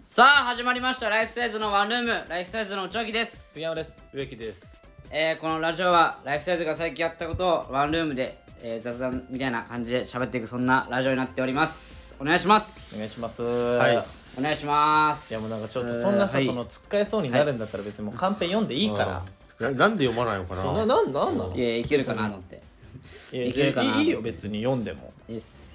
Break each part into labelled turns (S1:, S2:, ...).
S1: さあ始まりましたライフサイズのワンルームライフサイズのおちょぎです、
S2: 杉山です
S3: 植木です
S1: えーこのラジオはライフサイズが最近やったことをワンルームで、えー雑談みたいな感じで喋っていくそんなラジオになっておりますお願いします
S2: お願いします
S3: い
S1: お願いします
S2: いやもうなんかちょっとそんなさ、
S1: はい
S2: そのつっかえそうになるんだったら別にもうカンペ読んでいいから、
S3: ななんで読まないのか
S2: そんな
S3: な
S2: なんなんなの
S1: いやいけるかなと思って
S2: いや
S1: いけるかない
S2: いよ別に読んでも
S1: です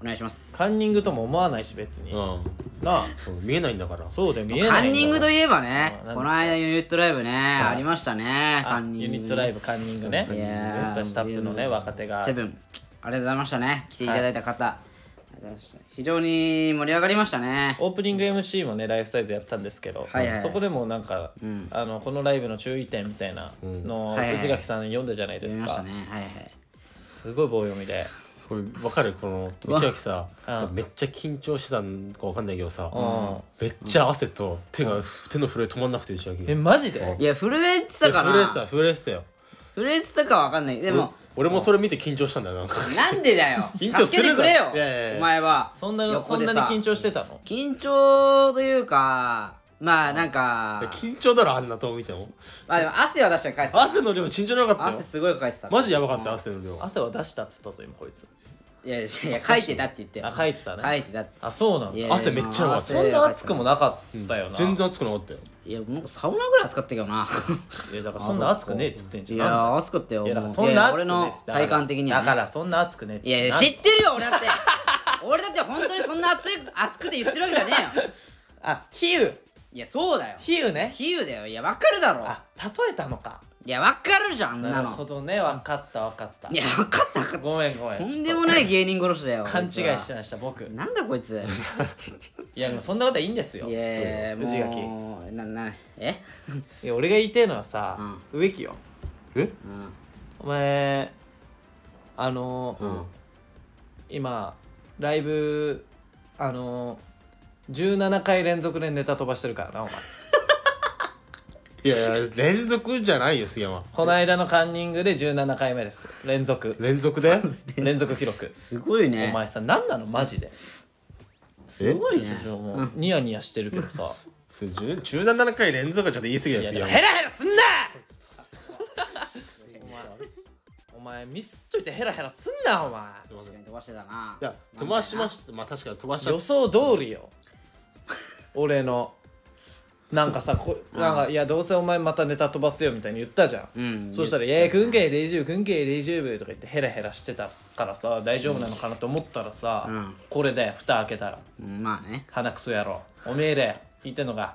S1: お願いします
S2: カンニングとも思わないし別に、
S3: うん
S2: なあ
S3: そう見えないんだから
S2: そうで見えないんだ
S1: カンニングといえばねこ
S2: あ何ですか
S1: の間ユニットライブねありましたね
S2: あ
S1: カンニング
S2: ユニットライブカンニングね
S1: いやー
S2: 私タップのね若手が
S1: セブンありがとうございましたね来ていただいた方、ありがとうございました非常に盛り上がりましたね
S2: オープニング MC もねライフサイズやったんですけど、
S1: はいはい
S2: そこでもなんか、あのこのライブの注意点みたいなのを
S1: はいはい
S2: 内垣さん読んだじゃないで
S1: や
S2: す
S1: りました
S2: か、
S1: ねはいはい
S2: すごい棒読みで
S3: これ分かるこの内垣さ
S2: うん
S3: めっちゃ緊張してたのか分かんないけどさ
S2: ん
S3: めっちゃ汗と手が手の震え止まんなくて内垣
S2: えマジで
S1: いや震えてたか
S3: 震えて
S1: な
S3: た震えてたよ
S1: 震えてたかわかんないでも
S3: 俺もそれ見て緊張したんだよなんか
S1: なんでだよ
S3: 緊張す
S1: 助けて
S3: るだろ
S1: くれよ
S3: いやいやいや
S1: お前は
S2: そんなそ
S1: 横
S2: ん
S1: で
S2: な
S1: さ
S2: に緊張してたの
S1: 緊張というかまあなんか
S3: 緊張だろあんなと見ても
S1: まあでも汗は確かにかいてた
S3: 汗の量尋常なかった
S1: 汗
S3: よ
S1: すごいかいてた
S3: マジやばかった汗の量
S2: 汗は出したっつったぞ今こいつ
S1: いやいやいやかいてたって言って
S2: あ書いてたね
S1: かいてたって
S2: あそうなん
S1: いや
S2: だあ
S3: 汗めっちゃやばかった
S2: そんな熱くもなかったよな、
S3: 全然熱くなかったよ
S1: いやもうサウナぐらい暑かったけど ない
S2: やだからそんな熱くねえっつってんじゃ
S1: い
S2: ん
S1: や
S2: なんだ
S1: ー暑かったよ
S2: いやだか
S1: もう
S2: らそんな熱
S1: 俺
S2: くねえっ
S1: の
S2: つって
S1: 体感的には、
S2: だ
S1: ね、
S2: からそんな熱くねえっつっ
S1: い
S2: て
S1: やいや
S2: なん
S1: 知ってるよ俺だって 俺だって本当にそんな熱い熱くて言ってるわけじゃねえよ
S2: あ比喩
S1: いやそうだよ
S2: 比喩ね
S1: 比喩だよいやわかるだろ
S2: あ例えたのか
S1: いやわかるじゃんあん
S2: な
S1: な
S2: るほ
S1: の
S2: どね分かった分かった
S1: いやわかったわかっ
S2: ごめんごめ
S1: た
S2: ん
S1: とんでもない芸人殺しだよ
S2: 勘違いして
S1: た
S2: ました僕
S1: なんだこいつ
S2: いやでも そんなことはいいんですよ
S1: いや
S2: そう藤垣
S1: もうななえ
S2: いや俺が言いたいのはさ、植木よ
S3: え
S1: うん
S2: お前あのー今ライブあのー、17回連続でネタ飛ばしてるからな お前
S3: いやいや連続じゃないよ杉山
S2: この間のカンニングで17回目です連 続
S3: 連 続で
S2: 連続記録
S1: すごいね
S2: お前さ何なのマジで
S3: え
S2: ごいねもうニヤニヤしてるけど さ
S3: それ10 17回連続はちょっと言い過ぎだよ
S2: いや
S3: 杉
S2: でも
S3: 山
S2: ヘラヘラすんなお前お前ミスっといてヘラヘラすんなお前
S1: 確かに飛ばしてたない
S3: や飛ばしましたまあ確かに飛ばしちゃ
S2: 予
S3: っ
S2: 想通りよ俺のなんかさこなんかいやどうせお前またネタ飛ばすよみたいに言ったじゃん、
S1: うん
S2: そしたら「いやいやくんけい0くんけい0部」とか言ってヘラヘラしてたからさ大丈夫なのかなと思ったらさ、
S1: うん
S2: これで蓋開けたら
S1: うんまあね
S2: 鼻くそ野郎おめえだよ聞いてんの か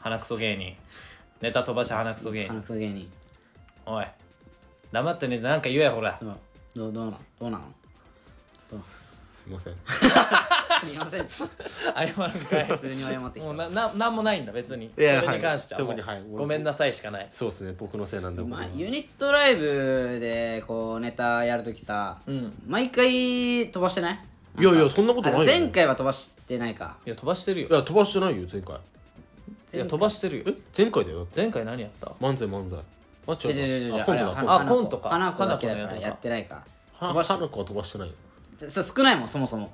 S2: 鼻くそ芸人ネタ飛ばし鼻くそ芸
S1: あ
S2: 人
S1: の芸人
S2: おい黙ってねなんか言えよほら
S1: どうどうなどう なの
S3: たすいません
S1: すみません普
S2: 謝るかい
S1: 通に謝ってき
S2: も
S1: た
S2: うなななんもないんだ別にそ
S3: いや
S2: れに関しては
S3: はい
S2: もう
S3: 特にはい
S2: ごめんなさいしかない
S3: そうですね僕のせいなんだ
S1: まあ
S3: 僕の
S1: ユニットライブでこうネタやるときさ、
S2: ん
S1: 毎回飛ばしてない
S3: いやいやそんなこと
S1: あ
S3: ないよ
S1: 前回は飛ばしてないか
S2: いや飛ばしてるよ
S3: いや飛ばしてないよ前回
S2: いや飛ばしてるよ
S3: え前回だよ
S2: 前回何やった
S3: 漫才漫才マッチ
S1: 違う違う違う違う
S3: ョあ
S1: あ
S3: コン
S1: れ
S3: ト
S1: は
S3: だコ
S1: 花
S3: ン
S2: 花
S3: ト
S1: 花子だ
S2: あコントか
S1: けだ
S2: 花
S1: から
S2: 子のやつか
S1: やってないか
S3: は花子は飛ばしてないよ
S1: そう少ないもんそもそも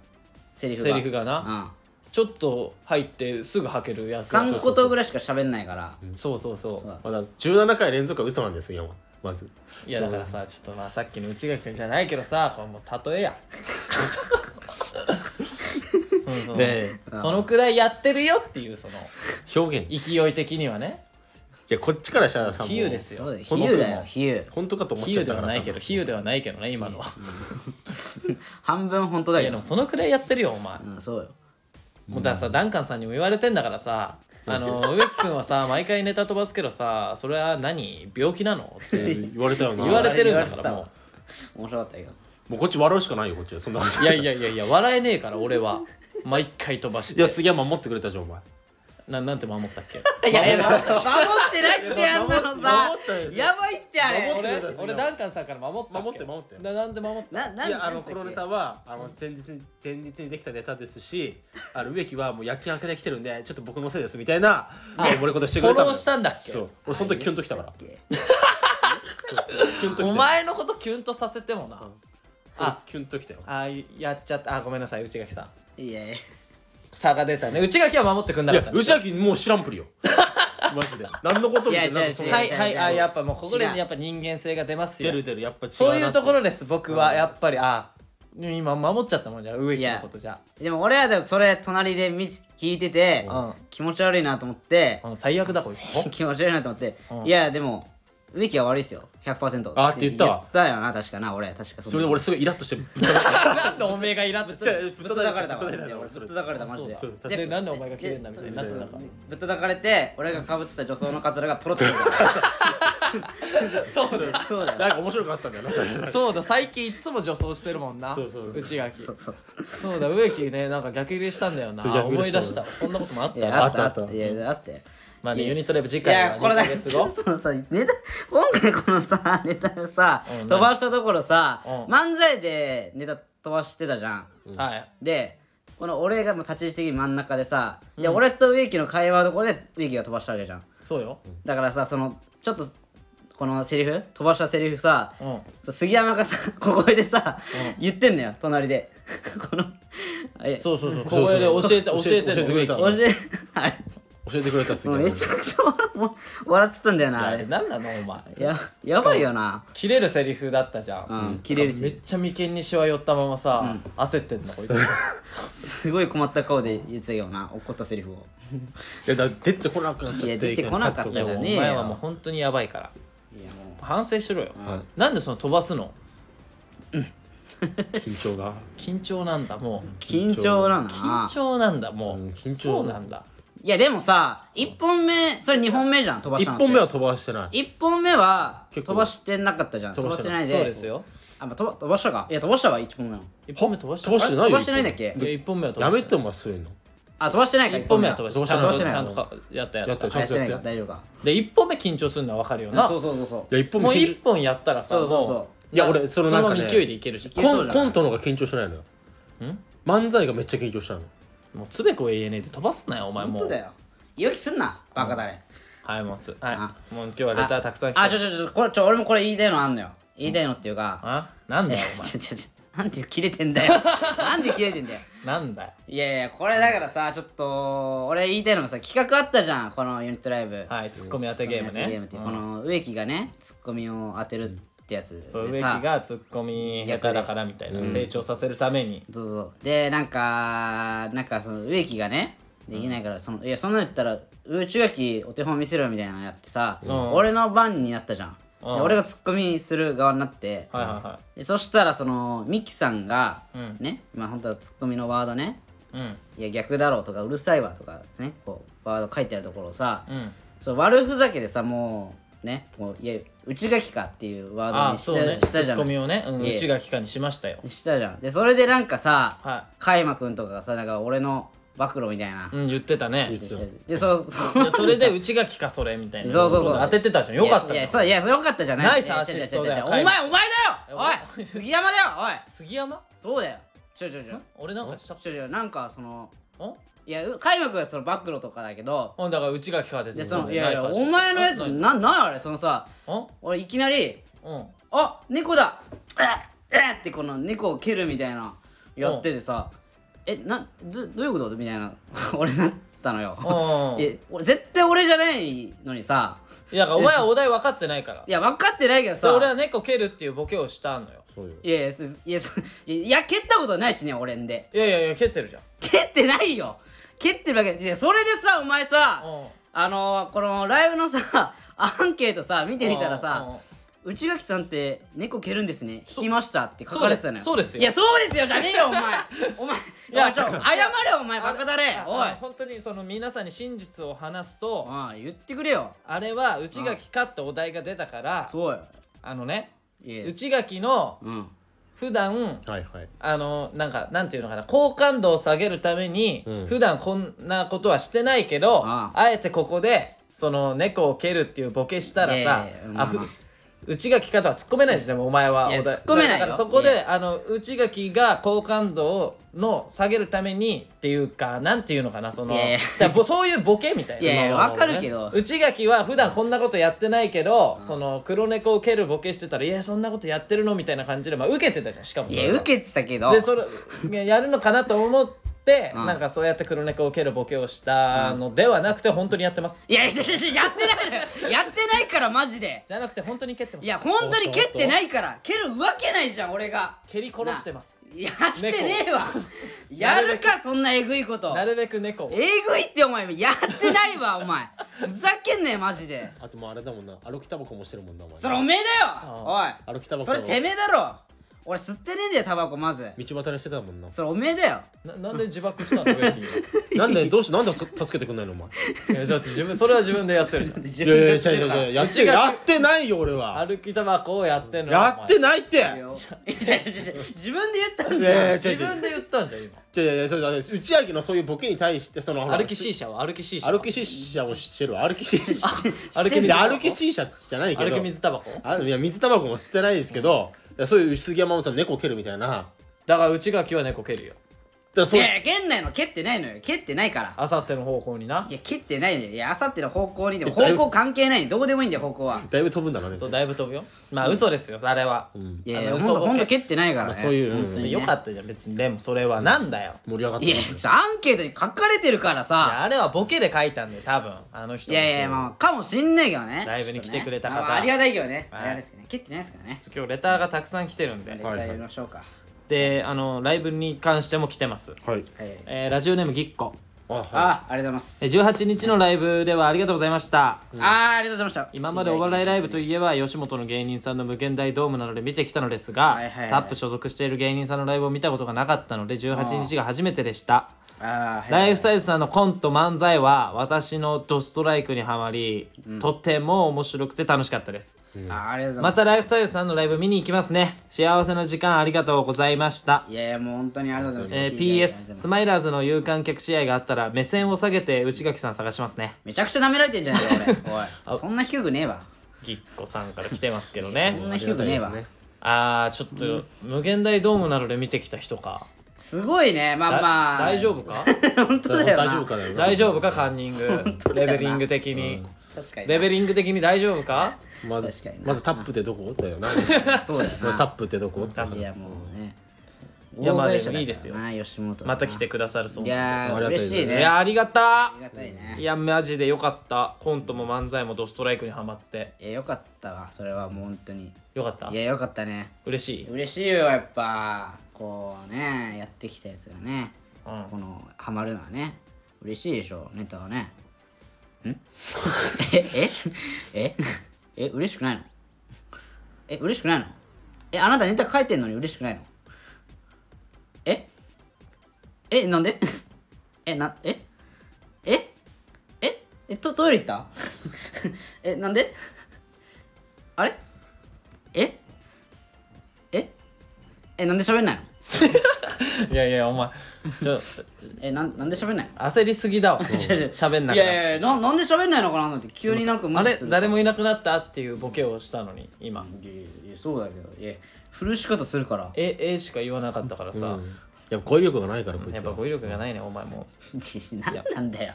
S1: セリフが
S2: セリフがな、ちょっと入ってすぐ吐けるやつ
S1: うん、3言ぐらいしか喋んないから
S2: そうそうそう
S1: そう
S3: まだ17回連続は嘘なんですよまず
S2: いやだからさちょっとまあさっきの内垣君じゃないけどさこれもう例えやそうそう
S3: で
S2: そのくらいやってるよっていうその
S3: 表現い
S2: 勢い的にはね
S3: やこっちからしたらさもう
S2: 比喩ですよ
S1: そうだよ比喩だよ比喩
S3: 本当かと思っ
S2: 比
S3: ちゃ
S2: 喩
S3: っ
S2: で
S3: たか
S2: は
S3: ら
S2: ない
S3: さ
S2: けど比喩ではないけどね今のは
S1: 半分本当だ
S2: い
S1: け
S2: やで
S1: ど
S2: もそのくらいやってるよお前
S1: うんそうよ
S2: もうだからさダンカンさんにも言われてんだからさあの植木君は さ毎回ネタ飛ばすけどさそれは何病気なのって
S3: 言われたよな
S2: 言われてるんだ
S1: 言われ
S2: か
S1: て
S2: ら
S1: た
S2: も
S1: わ面白かったけど
S3: もうこっち笑うしかないよこっちはそんなこと
S2: ういやいやいやいや笑えねえから俺は毎回飛ばし
S3: いや
S2: て
S3: 杉山守ってくれたじゃんお前
S2: ななんて守ったっけ
S1: いやいや守ってないってあんなのさ
S3: 守ったよ
S1: やばいってあれ
S3: 守って
S2: 俺
S3: ください
S2: 俺ダンカンさんから守ったっけ
S3: 守って守って
S2: ななんで守った
S1: なない
S3: や
S1: な
S3: あ
S1: ん
S3: の
S1: でした
S3: こ
S1: っけ
S3: のネタはあの前日に前日にできたネタですしあの植木はもう夜勤明けで来てるんでちょっと僕のせいですみたいな俺ことしてく
S2: フ
S3: れ
S2: ォ
S3: たの
S2: ローしたんだっけ
S3: そう俺その時キュンときたから
S1: 言ったっ
S3: キュンときた
S2: お前のことキュンとさせてもな、
S3: あキュンときたよ
S2: ああやっちゃったあごめんなさい内垣さん
S1: けいやいや
S2: 差が出たね内垣は守ってくんないかっ
S3: や
S2: たね
S3: 内秋もう知らんぷりよマジで何のことみたい
S1: い
S3: な
S1: や
S3: なんかそ
S1: 違
S3: の
S1: う違う違
S2: はいうはいあやっぱもうここで
S1: 違う
S2: やっぱ人間性が出ます
S3: 出
S2: よ
S3: る出るやっぱ違うな
S2: そういうところです僕はやっぱりあ今守っちゃったもんじゃ植木のことじゃ
S1: でも俺はだそれ隣で見つ聞いてて、
S2: うん
S1: 気持ち悪いなと思って、
S2: うん最悪だこいつ
S1: 気持ち悪いなと思って、
S2: うん
S1: いやでも植木は悪いですよ100%
S3: あーって言ったわ
S1: 言ったよな確かな俺確か
S3: それで俺すごいイラッとしてぶっ叩かれ
S2: なんでおめえがイラッとす
S3: た
S2: る
S3: 違うぶ
S1: ぶっ
S3: っ
S1: 叩
S3: 叩か
S1: か
S3: れ
S1: れ
S3: た
S1: た
S3: わ
S1: わ
S3: ぶ
S1: い
S3: っ
S1: や俺ぶっ叩
S3: 叩かれた
S1: かれたマジで
S3: そうそう
S2: で
S1: で
S2: なんでお前が綺麗なみたいになってた
S1: そうそ
S2: か
S1: うぶっ叩かれて俺がかぶってた女装のカツラがポロッと出
S2: そうだ
S1: たそうだよ
S3: なんか面白くなったんだよなそれ
S2: そうだ最近いつも女装してるもんな
S3: そうそうそう
S2: 内垣
S1: そうそう
S2: そうだ植木ねなんか逆入れしたんだよな
S3: そう逆
S2: 思
S3: 入れ
S2: い
S3: した
S2: 出したそんなこともあった
S1: い
S2: よ
S1: やあった
S3: あ
S1: あ
S3: っ
S1: ったた
S3: あった
S1: いやあって
S2: まあねユニットライブ次
S1: いやこ
S2: 回は
S1: れ
S2: 2
S1: だ
S2: ヶ
S1: け
S2: 月
S1: そう
S2: 後
S1: そうそうネタ今回このさネタさ
S2: うん
S1: 飛ばしたところさ
S2: うん
S1: 漫才でネタ飛ばしてたじゃん
S2: はい
S1: でこの俺がもう立ち位置的に真ん中でさ、で俺と植木の会話のところで植木が飛ばしたわけじゃん
S2: そうよ
S1: だからさそのちょっとこのセリフ飛ばしたセリフさ、
S2: うん
S1: そう杉山がさ小声でさ、言ってんのよ隣で このあいや
S2: そうそうそう
S3: そう
S2: これで教えて
S3: 教
S2: 教
S3: え
S2: え
S3: 教え
S2: ての
S3: てくれ
S2: 植
S3: た
S2: 木
S1: おじあれ
S3: 教えてくれたす
S1: も
S3: ぎ
S1: う
S3: る
S1: めちゃくちゃ笑もう笑っちゃったんだよなあ
S2: あ
S1: れ
S2: れ何なのお前
S1: ややばいよな
S2: 切れるセリフだったじゃん
S1: うん切れる
S2: め
S1: し
S2: っちゃ眉間にしわ寄ったままさ焦ってんのこいつ
S1: すごい困った顔で言ってたよな怒ったセリフを
S3: いやだ出てこなくなっちゃって
S1: いや出てこなかったじゃ
S2: お
S1: ねえよ
S2: 前はもう本当にやばいから
S1: いやも
S2: 反省しろよ
S3: は
S2: なんでその飛ばすの
S3: 緊張が
S2: 緊張なんだも
S1: う緊張なの
S2: う緊張なんだもう
S3: うん緊張
S2: そうなんだ
S1: いやでもさ1本目それ2本目じゃん飛ばし
S3: 一
S1: たのって
S3: 本目は飛ばしてない
S1: 1本目は
S3: 結構
S1: 飛ばしてなかったじゃん
S3: 飛
S1: 飛ば
S3: ばし
S1: してて
S3: な
S1: ないい
S2: そう
S1: で
S2: ですよ
S1: あまあ、飛ば飛ばしたかいや飛ばしたわ1本目は
S2: 一本目飛ばした
S3: 飛ばしてないよ
S1: 飛ばしてないんだっけ
S2: で一本目は飛ば
S3: や
S2: した
S3: めてお前そういうの
S1: あ飛ばしてないか
S2: 一本目は飛ばした
S3: 飛ばして
S1: ない
S2: ちゃんとかやったや
S3: や
S2: っ
S3: っ
S2: た
S3: たちゃんと
S1: や
S3: や
S1: っない
S3: ってて
S1: か大丈夫か
S2: で一本目緊張するのは分かるよな
S1: そうそうそうそう
S3: いや一本
S2: も
S3: 目
S2: う
S3: 緊
S2: 一
S3: 張
S2: 本やったらさ
S1: そうそうそう
S2: も
S3: いや俺そのなんかね
S2: まま勢いでいけるじゃ
S1: い
S2: ん
S1: け
S3: コ
S1: そう
S3: ン
S1: じゃない
S3: コントの方が緊張してないのよ漫才がめっちゃ緊張したの
S2: もうつべこべ言えねえで飛ばすなよお前
S1: 本
S2: も
S1: 当
S2: う
S1: だよ勇気すんなバカだれ
S2: はいもうすはい
S1: あ
S2: もう今日はレターたくさん来て
S1: あちょちょちょこれちょ俺もこれ言いたいのあんのよ言いたいのっていうか
S2: あなんだ
S1: え
S2: よお前
S1: ちょちょちょなんで切れてんだよなんで切れてんだよ
S2: なんだよ
S1: いやいやこれだからさちょっと俺言いたいのがさ企画あったじゃんこのユニットライブ
S2: はいツッコミ当てゲームね
S1: っていうこの植木がねツッコミを当てるってやつでさ
S2: そう植木がツッコミ下手だからみたいな成長させるために
S1: そうそうでなんかなんかその植木がねできないからそのいやそんなの言ったら宇宙垣お手本見せろよみたいなのやってさ、
S2: ん
S1: 俺の番になったじゃん、で
S2: うん
S1: 俺がツッコミする側になって、
S2: はいは
S1: でそしたらそのミキさんが、
S2: うん
S1: ねまあ本当はツッコミのワードね
S2: いはい
S1: いや逆だろうとかうるさいわとかねこうワード書いてあるところをさ、
S2: うんうん
S1: そう悪ふざけでさもうねもういや内垣かっていうワード
S2: あ
S1: にし
S2: そ
S1: た,、
S2: うねツ
S1: したじゃ
S2: ッ
S1: ん
S2: コミをねうん
S1: いえ
S2: 内垣かにしましたよ
S1: したじゃんでそれでなんかさ、
S2: は
S1: カイマくんとかがさなんか俺の暴露みたいな、
S2: いうん言ってたね
S3: 言ってた
S1: でそうそ
S2: いうやそれで内垣かそれみたいな
S1: そうそうそう
S2: 当ててたじゃんよかった
S1: いやいや
S2: じ
S1: そ
S2: ゃ
S1: うんいやそうよかったじゃない
S2: ナイス
S1: いや
S2: アシスト
S1: 違う違
S2: だよ
S1: う違うお前お前
S2: い
S1: だ
S2: や
S1: よおい杉山だよおい
S2: 杉山
S1: そうだよちょちょちょ
S2: 俺なんかした
S1: ちょちょなんかその
S2: ん
S1: いやカイマくんはその暴露とかだけど
S2: ほんだから内垣かです
S1: で
S2: よ
S1: そのいや
S2: ナ
S1: い
S2: イス
S1: や
S2: アシス
S1: お
S2: ト
S1: 前のやつななんあれそのさ
S2: うん
S1: 俺いきなり
S2: うん
S1: 「あ猫だえっ!」ってこの猫を蹴るみたいなやっててさ「えなどどういうこと?」みたいな 俺なったのよ
S2: うん
S1: いや俺絶対俺じゃないのにさ
S2: いやだからお前はお題分かってないから
S1: いや分かってないけど
S2: で
S1: さ
S2: 俺は猫蹴るっていうボケをしたのよ
S3: そうよ
S1: いやいやそいやそいや蹴ったことないしね俺んで
S2: いやいやいや蹴ってるじゃん
S1: 蹴ってないよ蹴ってるわけいやそれでさお前さ
S2: うん
S1: あのーこのライブのさアンケートさ見てみたらさ
S2: うんうん
S1: 内垣さんって猫蹴るんですね
S2: そ
S1: 引きましたって書かれてたのよ
S2: そうですそうですよ
S1: いやそうですよじゃねえよ お前お前い
S2: や
S1: やちょ謝れよお前バカだれ
S2: あ
S1: おい
S2: あの本当にその皆さんに真実を話す
S1: お
S2: と
S1: あ言ってくれよ
S2: あれは内垣かってお題が出たから
S1: そうよ
S2: あのね
S1: いや
S2: 内垣の
S1: うん
S2: 普段
S3: はいはい
S2: あのなんかなんていうのかな好感度を下げるために、
S3: うん
S2: 普段こんなことはしてないけど
S1: あ
S2: あえてここでその猫を蹴るっていうボケしたら
S1: い
S2: さ
S1: やいやいや
S2: あ
S1: まあ
S2: ふ
S1: まあ
S2: 内垣かとは突っ込めないじゃんでもお前はい
S1: や
S2: お題
S1: 突っ込めないよ
S2: だからそこで
S1: い
S2: あの内垣が好感度をの下げるためにっていうかなんていうのかなその
S1: いやいや
S2: だからぼそういうボケみたいな。
S1: いやいや
S2: その
S1: わかるけど
S2: 内垣は普段こんなことやってないけど、その黒猫を蹴るボケしてたら「いやそんなことやってるの?」みたいな感じで、まあ、受けてたじゃんしかも
S1: い
S2: それ
S1: や
S2: は
S1: 受けてたけど
S2: でそれいややるのかなと思っって、
S1: うん
S2: なんかそうやって黒猫を蹴るボケをしたのではなくて本当にやってます
S1: いやいやいやいややってないのよやってないからマジで
S2: じゃなくて本当に蹴ってます
S1: いや本当に蹴ってないいから蹴るわけないじゃん俺が
S2: 蹴り殺してます
S1: やってねえわやるかそんなえぐいこと
S2: なるべく猫を
S1: えぐいってお前やってないわお前ふざけんなよマジで
S3: あともうあれだもんな歩きタバコもしてるもんなお前
S1: それおめえだよ
S2: あ
S1: おい
S3: 歩きタバコ
S1: それてめえだろ俺吸ってねえんだよタバコまず
S3: 道端にしてたもんな
S1: それおめえだよ
S2: ななんで自爆したのウェイ
S3: なんでどうしなんで助助けてくんないのお前
S2: キーが いやだって自分それは自分でやってるじゃん
S1: い
S3: いやいや違う違う違うやって
S2: 違う
S3: やってないよ俺は
S2: 歩きタバコをやってんの
S3: やってないって
S1: いやいやいや自分で言ったん
S3: い
S1: じゃん
S3: やいや違う
S2: 自
S3: 違う
S2: 分で言ったんじゃん今
S3: 違う違う違うそうだね打ち上げのそういうボケに対してそのほら
S2: 歩き C 社は歩き C 社は
S3: 歩き C 社をしてるわ歩き C 社
S2: 歩き
S3: で
S2: 水タバコ
S3: 歩き C 社じゃないけど
S2: 歩き水タバコ
S3: あのいや水タバコも吸ってないですけど、いやそういう杉山もさ猫蹴るみたいなだか
S2: だから内垣は猫蹴るよ
S3: ら
S1: い
S3: そう
S1: やいや蹴んないの蹴ってないのよ蹴ってないから
S2: あさっての方向にない
S1: や蹴ってないのよいやあさっての方向にでも
S3: だい
S1: 方
S3: ぶ
S1: 向関係ないどうでもいいんだよ方向は
S3: だいぶ飛ぶんだなね
S2: そうだいぶ飛ぶよまあ嘘ですよあれは、
S3: ん
S1: いやいや
S2: あの
S1: ほんと
S2: 嘘ボ
S1: ほん
S2: ケ
S1: と蹴ってないからね
S3: まあそういううん
S1: 本当にね
S2: よかったじゃん別にでもそれはなんだよ、
S3: 盛り上がって
S1: いや
S3: る
S1: ちょアンケートに書かれてるから
S2: い
S1: さ
S2: やあれはボケで書いたんで多分あの人
S1: いやいやまあかもしんないけどね
S2: ライブに来てくれた方
S1: まあまあありがたいけどね
S2: は
S1: あり
S2: い
S1: がたいですけどね蹴ってないですからね
S2: 今日レターがたくさん来てるんで、
S1: レタ
S3: はい
S1: ー入れましょうか
S2: であのライブに関しても来てます、
S3: は
S1: は
S3: い
S1: い
S2: えーラジオネームぎっこ
S3: あは
S1: あありがとうございます
S2: えー18日のライブではありがとうございました
S1: あーありがとうございました
S2: 今までお笑いライブといえば吉本の芸人さんの無限大ドームなどで見てきたのですが、
S1: はいはいはい
S2: タップ所属している芸人さんのライブを見たことがなかったので18日が初めてでした
S1: あーは
S2: ラ
S1: い
S2: イフサイズさんのコント漫才は私のドストライクにはまり、とても面白くて楽しかったです、
S1: あーありがとうござい
S2: ま
S1: ます
S2: たライフサイズさんのライブ見に行きますね幸せな時間ありがとうございました
S1: いやいやもう本当にありがとうございま
S2: え
S1: す聞
S2: ー
S1: いていただいてありがとうござい
S2: PS
S1: ます
S2: スマイラーズの有観客試合があったら目線を下げて内垣さん探しますね
S1: めちゃくちゃ舐められてんじゃないか俺おいそんな低くねえわ
S2: ぎっこさんから来てますけど
S1: そ
S2: ね
S1: んな低くねえわ
S3: ありがたいですね
S2: あーちょっと無限大ドームなどで見てきた人か
S1: すごいねまあ
S2: だ
S1: まあ
S2: 大丈夫か
S1: 夫 本
S3: い
S1: 当
S3: それ
S1: だよな
S3: も大丈夫かだよな
S2: 大丈夫かカンニングレベリング的に
S1: 確かにな
S2: レベリング的に大丈夫か
S3: まず
S1: 確かにな
S3: まずタップってどこだよなま
S1: そうだよ
S3: ず
S1: な
S3: タップってどこだ
S1: いやもうね
S2: いやまあ
S1: 大会社だから
S2: でもいいですよ
S1: な吉本はな
S2: また来てくださるそう
S1: い
S2: いや
S1: や
S3: あ
S1: ー
S3: りがたいです
S1: 嬉しいねあ
S2: ありがた
S1: りがたいね
S2: いやマジでよかったコントも漫才もドストライクにはまって
S1: いやよかったわそれはもう本当に
S2: よかった
S1: いやよかったね
S2: 嬉しい、
S1: 嬉しいよやっぱこうねやってきたやつがね
S2: うん
S1: このハマるのはね嬉しいでしょネタはねんええええ嬉しくないのえ嬉しくないのえあなたネタ書いてんのに嬉しくないのええなんで えなええええとトイレ行った えなんであれえええなんで喋んないの
S2: いやいやお前ちょ
S1: えなんなんで喋んないの
S2: 焦りすぎだわ
S1: 違う違う
S2: 喋んな
S1: い
S2: くなってしまう
S1: やいやななんで喋んないのかなと思って急になんか
S2: あ
S1: 無視
S2: れ
S1: する
S2: 誰もいなくなったっていうボケをしたのに今
S1: いやいやいやそうだけどいや振るし方するから
S2: ええしか言わなかったからさ、
S3: うんやっぱ語彙力がないからこい
S2: やっ
S3: つ
S2: ぱ
S3: は
S2: 語彙力がないねお前も
S1: 何なんだよ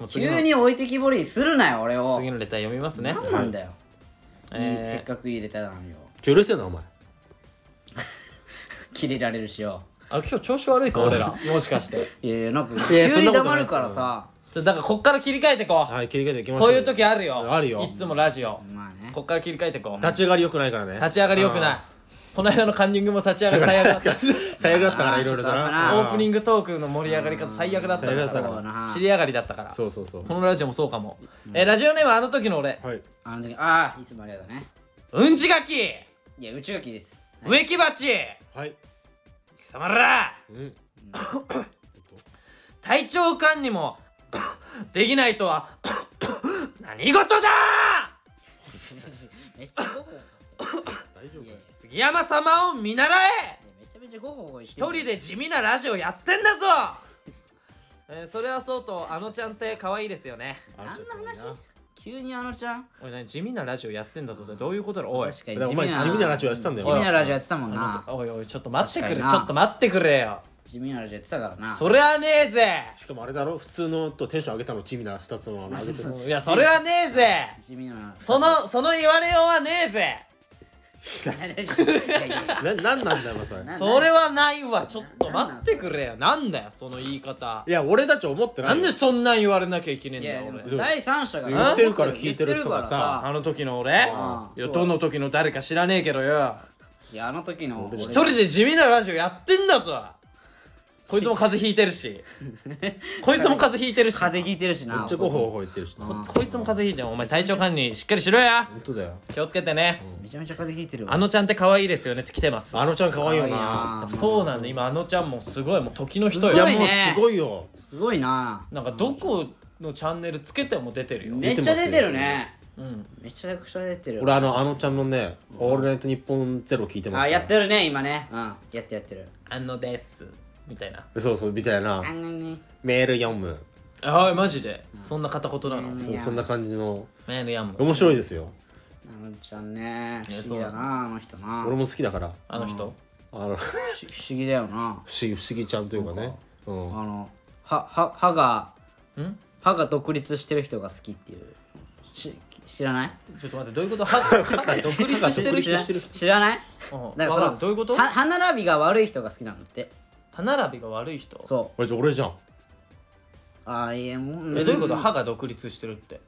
S2: もう次の
S1: 急に置いてきぼりにするなよ俺を
S2: 次のレター読みますね
S1: 何なんだよ、いい
S2: えー
S1: せっかく入れたのによ
S3: ちょうるせえなお前
S1: 切れられるしよ
S2: あ今日調子悪いか俺らもしかして
S1: いやいや なんか
S3: いやそ
S1: 急に
S3: んなこと
S1: 黙
S3: ない
S1: る
S3: ですよ
S1: からさ
S2: ちょだからこっから切り替えてこう、
S3: はい切り替えていきましょ
S2: こ
S3: う
S2: ういう時あるよ
S3: あるよ
S2: いつもラジオ
S1: まあね
S2: こっから切り替えてこう
S3: 立ち上がり良くないからね
S2: 立ち上がりよくないこの間のカンニングも立ち上がり最悪だった
S3: 最悪だったからいろいろだ
S1: あ
S3: な
S2: オープニ
S3: ン
S2: ングトークの盛り上がり方最悪だった
S3: 最悪だった
S1: からな
S2: 知り上がりだったから
S3: そうそうそう
S2: このラジオもそうかも、えーラジオネームあの時の俺
S3: はい
S1: あの時ああいつもありがとうね
S2: うんちがき
S1: いや内垣 です
S2: 植木鉢
S3: はい
S2: 貴様ら
S3: うん
S2: 体調管理も できないとは 何事だ
S1: めっちゃごほ
S3: 大丈夫かよ
S2: 杉山様を見習え
S1: めちゃめちゃごほご一
S2: 一人で地味なラジオやってんだぞ、えーそれはそうとあのちゃんって可愛いですよね
S1: 何の話急にあのちゃん
S2: おい何地味なラジオやってんだぞってどういうことだろおい
S1: 確か
S3: だ
S1: に
S3: からお前地味なラジオやってたんだ
S1: 地味
S3: よ
S1: なラジオやってたもんな
S2: おいおいちょっと待ってく
S1: 確
S2: れち
S1: かにな
S2: ょっと待ってくれよ
S1: 地味なラジオやってたからな
S2: それはねえぜ
S3: しかもあれだろ普通のとテンション上げたの地味な2つのあの上げてる
S2: いやそれはねえぜ
S1: 地味な
S2: そのその言われようはねえぜ
S3: ななんなんだろうそれ
S1: な
S2: それはないわちょっと待ってくれよなんだよその言い方
S3: いや俺たち思ってな
S2: ない
S3: よ
S2: んでそんなん言われなきゃいけねえん
S1: い
S2: だ
S1: や
S2: よ
S1: でも
S2: 俺
S3: そう
S1: 第三者が
S3: 言ってるから聞いてる人がさ
S2: あの時の俺
S1: ああ
S2: いや
S1: そう
S2: どの時の誰か知らねえけどよ
S1: いやあの時の俺
S2: 一人で地味なラジオやってんだぞこいつも風邪ひいて るしこいつも風邪ひいてるし
S1: 風邪ひいてるし
S3: め
S1: な
S3: っちゃごほごほ言ってるしな本
S2: こいつも風邪ひいてるお前体調管理しっかりしろや
S3: 当だよ
S2: 気をつけてね
S1: めちゃめちゃ風邪ひいてるわ
S2: あのちゃんって可愛いですよねって来てます
S3: あのちゃん可愛いよな
S1: あー
S2: そうなんだ今あのちゃんもすごいもう時の人
S1: す
S2: よ
S1: ごい
S3: もう
S1: ね
S3: すごいよ
S1: すごいな
S2: なんかどこのチャンネルつけても出てるよ
S1: めっちゃ出てるね
S2: うん
S1: めちゃくちゃ出てる
S3: 俺あのあのちゃんのね「オールナイトニッポンゼロ聞いてます
S1: あ
S3: から
S1: やってるね今ねうんやってるやってる
S2: あのですみたいな
S3: そうそうみたいな
S1: あのね
S3: メール読む
S2: ああマジでそんな片言なの
S1: うん
S3: そうそんな感じの
S2: メールやんも
S3: 面白いですよ
S1: あのちゃんね不
S2: ね
S1: 思議だなあの人な
S3: 俺も好きだから
S2: あの人
S3: あの 不思
S1: 不不思議だよな
S3: 議不思議ちゃんというかねうん
S1: あのはは歯が
S2: ん
S1: 歯が独立してる人が好きっていうし知らない
S2: ちょっと待ってどういうこと歯歯が独立してる
S1: 知
S2: 人
S1: ら知らない
S2: う
S1: だ
S2: んわ
S1: か
S2: かららんどういうこと
S1: は歯並びが悪い人が好きなんだって
S2: 歯並びが悪い人
S1: そ
S3: 俺じゃ俺じゃん
S1: うああいえもう
S2: えどういうこ
S1: だ
S2: と
S1: か
S2: 歯が独立してるって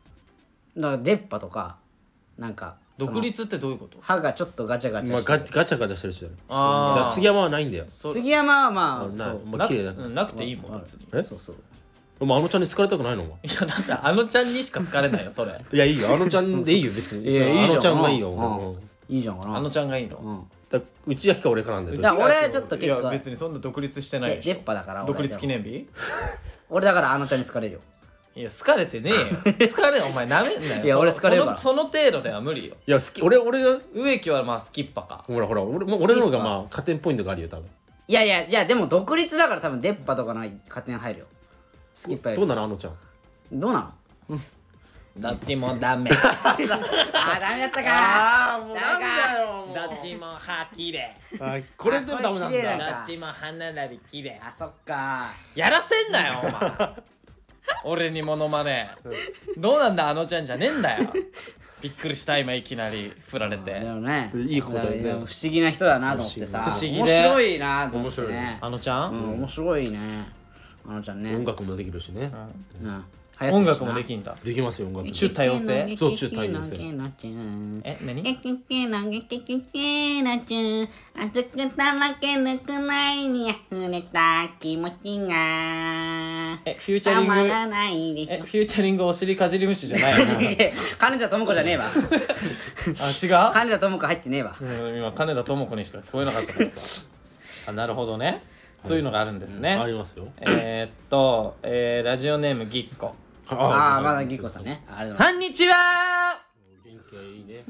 S1: ら出っ歯とかなんかその
S2: 独立ってどういうこと
S1: 歯がちょっとガチャガチャ
S3: まあ、
S1: して
S3: ガ
S1: る
S3: ガチャガチャしてる人だよだから
S2: あ
S3: 杉山はないんだよ
S1: 杉山はまあ
S3: な
S1: そう
S3: まあ
S2: なく
S3: 綺麗だ
S2: うんなくていいもん別に
S3: え
S1: そうそう
S3: お前あのちゃんに好かれたくないのお前
S2: いやだってあのちゃんにしか好かれないよそれ
S3: いやいいよあのちゃんでいいよ別にそうあのちゃんがいいよ
S1: うん
S3: 俺
S1: いいじゃんかな
S2: あのちゃんがいいの
S1: うん
S3: だうちがきか俺かなんだよ
S1: だから俺
S2: 違う
S1: ちょっと結構
S2: いや別にそんな独立してない
S1: で
S2: でし
S1: 出
S2: ょ
S1: っ歯だから俺
S2: 独立記念日
S1: 俺だからあのちゃんに好かれるよ
S2: いや好かれてねえよ 好かれお前なめんなよ
S1: いや
S2: そ
S1: 俺好かれるわ
S2: そのその程度では無理よ
S3: いや好き俺俺が
S2: 植木はまあスキッパか
S3: ほらほら俺もう俺の方がまあ加点ポイントがあるよ多分
S1: いやいやじゃあでも独立だから多分出っ歯とかない加点入るよスキッパより
S3: どうなのあのちゃん
S1: どうなの
S2: どっちもダメ
S1: あーダメだったか
S3: あもう
S1: なんだ
S3: よ
S2: どっちも歯きれ
S3: これでもダメなん
S1: あこれ綺麗
S2: ど
S1: だ
S3: だ
S2: っちも歯並びきれ
S1: あそっか
S2: やらせんな よお前俺にモノマネどうなんだあのちゃんじゃねえんだよびっくりした今いきなり振られ
S1: で
S2: て
S1: もね
S3: いい子だよね
S1: でも不思議な人だなと思ってさ
S2: 不思議不
S1: 面
S2: 思議で
S1: 白いなと思ってね
S2: あのちゃ
S1: うん
S2: ん、
S1: 面白いねあのちゃんね
S3: 音楽もできるしね
S1: うん
S2: 音楽もで
S1: る
S2: きんだ
S3: できますよ音楽も
S2: 中多様性
S3: そう中多様性
S2: え
S4: 「
S2: 何
S4: ケケケのゲケケケのチュー」「熱くたらけぬくないに溢れた気持ちが」
S2: えフュ
S4: 「
S2: ーチャ
S4: た
S2: リン
S4: ま
S2: グ
S4: らないでしょ
S2: えフューチャリングお尻かじり虫じゃ ないよ
S1: 金田智子じゃねえわ
S2: あ違う
S1: 金田智子入ってねえわ
S2: うん今金田智子にしか聞こえなかったからさ あなるほどねそういうのがあるんですね、
S3: ありますよ
S2: えー、っと、えー、ラジオネームぎっこ
S1: ああまだぎこさんねあれだ
S2: こんにちは
S3: 元気がいいね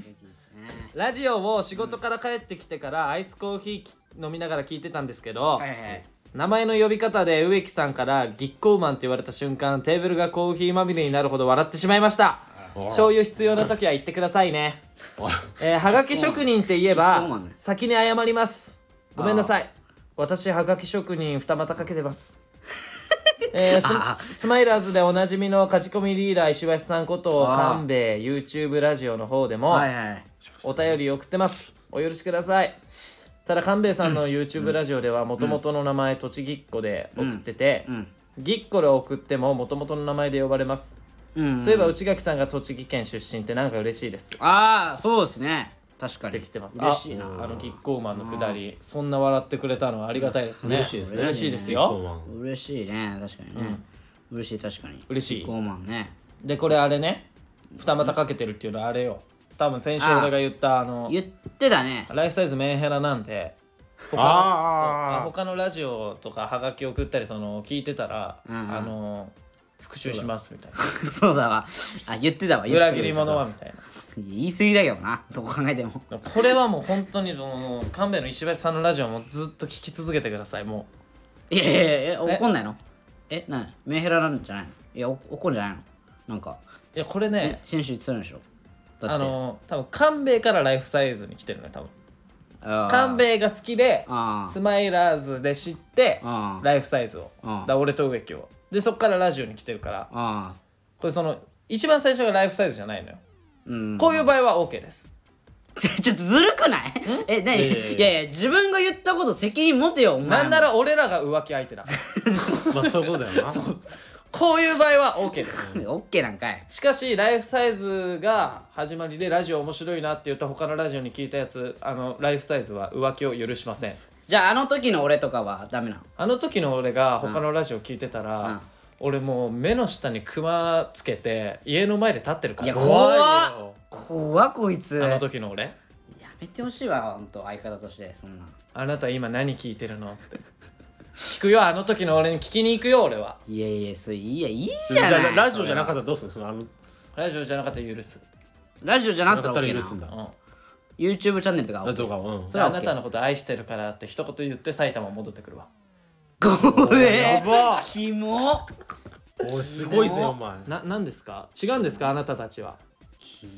S2: ラジオを仕事から帰ってきてからアイスコーヒー飲みながら聞いてたんですけど、
S1: はいはいはい
S2: 名前の呼び方で植木さんから「ぎっこうマン」って言われた瞬間テーブルがコーヒーまみれになるほど笑ってしまいました醤油必要な時は言ってくださいねえーはがき職人って言え
S1: ぎっこうマ
S2: ば
S1: ンね
S2: 先に謝りますごめんなさい私はがき職人二股かけて ますえーススマイラーズでおなじみの勝ち込みリーダー石橋さんこと
S1: あー
S2: 勘兵衛 YouTube ラジオの方でも、
S1: はいはい
S2: お便り送ってますお許しくださいただ勘兵衛さんの YouTube ラジオではもともとの名前栃木っ子で送ってて、
S1: うん
S2: ぎっこで送ってももともとの名前で呼ばれます、
S1: うん
S2: そういえば内垣さんが栃木県出身ってなんか嬉しいです
S1: ああそうですね確かに
S2: できてます
S1: 嬉しいな
S2: ああのぎっこウーマンのくだりそんな笑ってくれたのはありがたいですね
S3: 嬉しいですね
S2: 嬉しいです
S3: ぎっこう
S2: よ
S3: マン
S1: 嬉しいね確かにね、嬉しい確かに
S2: 嬉しい
S1: ゴーマンね
S2: でこれあれね二股かけてるっていうのはあれよ多分先週俺が言ったあの
S1: 言ってたね
S2: ライフサイズメンヘラなんで他の
S3: あー
S2: そう他のラジオとかハガキ送ったりその聞いてたら、
S1: ん
S2: あの復習しますみたいな
S1: そうだわあ言ってたわ言ってた
S2: 裏切り者はみたい
S1: 言い過ぎだけどなどこ考えても
S2: なこれはもう本当にもう神戸の石橋さんのラジオもずっと聞き続けてくださいも
S1: いやいやいやえ怒んないのえなメンヘラなんじゃないのいやお怒んじゃないのなんか
S2: ういやこれね
S1: 先週言ってたんでしょだ
S2: あ
S1: って
S2: の多分神戸からライフサイズに来てるね多分
S1: あー
S2: 神戸が好きで
S1: あー
S2: スマイラーズで知って
S1: あー
S2: ライフサイズを
S1: あー
S2: だから俺と植木をでそっからラジオに来てるから
S1: あ
S2: これその一番最初がライフサイズじゃないのよ
S1: ーうん
S2: こういう場合は OK です。
S1: ちょっとずるくないえ、なに
S3: いやいやいや
S1: いやいや、自分が言ったこと責任持てよ、お前。
S2: なんなら俺らが浮気相 手だから
S3: まあ そういうことだよな
S2: こういう場合は OK です
S1: うんオッケーなんかい。
S2: しかしライフサイズが始まりでラジオ面白いなって言った他のラジオに聞いたやつあのライフサイズは浮気を許しません
S1: じゃあ、あの時の俺とかはダメなの
S2: あの時の俺が他のラジオ聞いてたら、
S1: うん
S2: 俺もう目の下にクマつけて家の前で立ってるか
S1: い
S2: ら
S1: や、
S2: あ
S1: 怖っ
S3: よ
S1: 怖っこいつ。
S2: の
S1: や
S2: 時の俺
S1: めてほしいわ、ほんと、相方として、そんな。
S2: あなた今何聞いてるのって聞くよあの時の俺に聞きに行くよ俺はい
S1: やいや、それ、いや、いい
S3: じ
S1: じゃ
S3: ゃ
S1: な
S3: あ
S1: い。
S3: ラジオじゃなかったらどうするのそのあの
S2: ラジオじゃなかったら許す、
S1: ラジオじゃな
S3: な
S1: かった
S3: かった
S1: ら
S3: ら
S1: OK
S3: 許
S1: な
S3: すんだ
S2: うん、
S1: YouTube チャンネルとかは
S3: あ
S1: OK
S3: とかうん
S1: それは
S2: あ
S1: OK
S2: なたのこと愛してるからって一言言って埼玉戻ってくるわ
S1: 怖え
S3: やば
S1: キモ
S3: おいすごいぜお前
S2: な何ですか違うんですかあなたたちは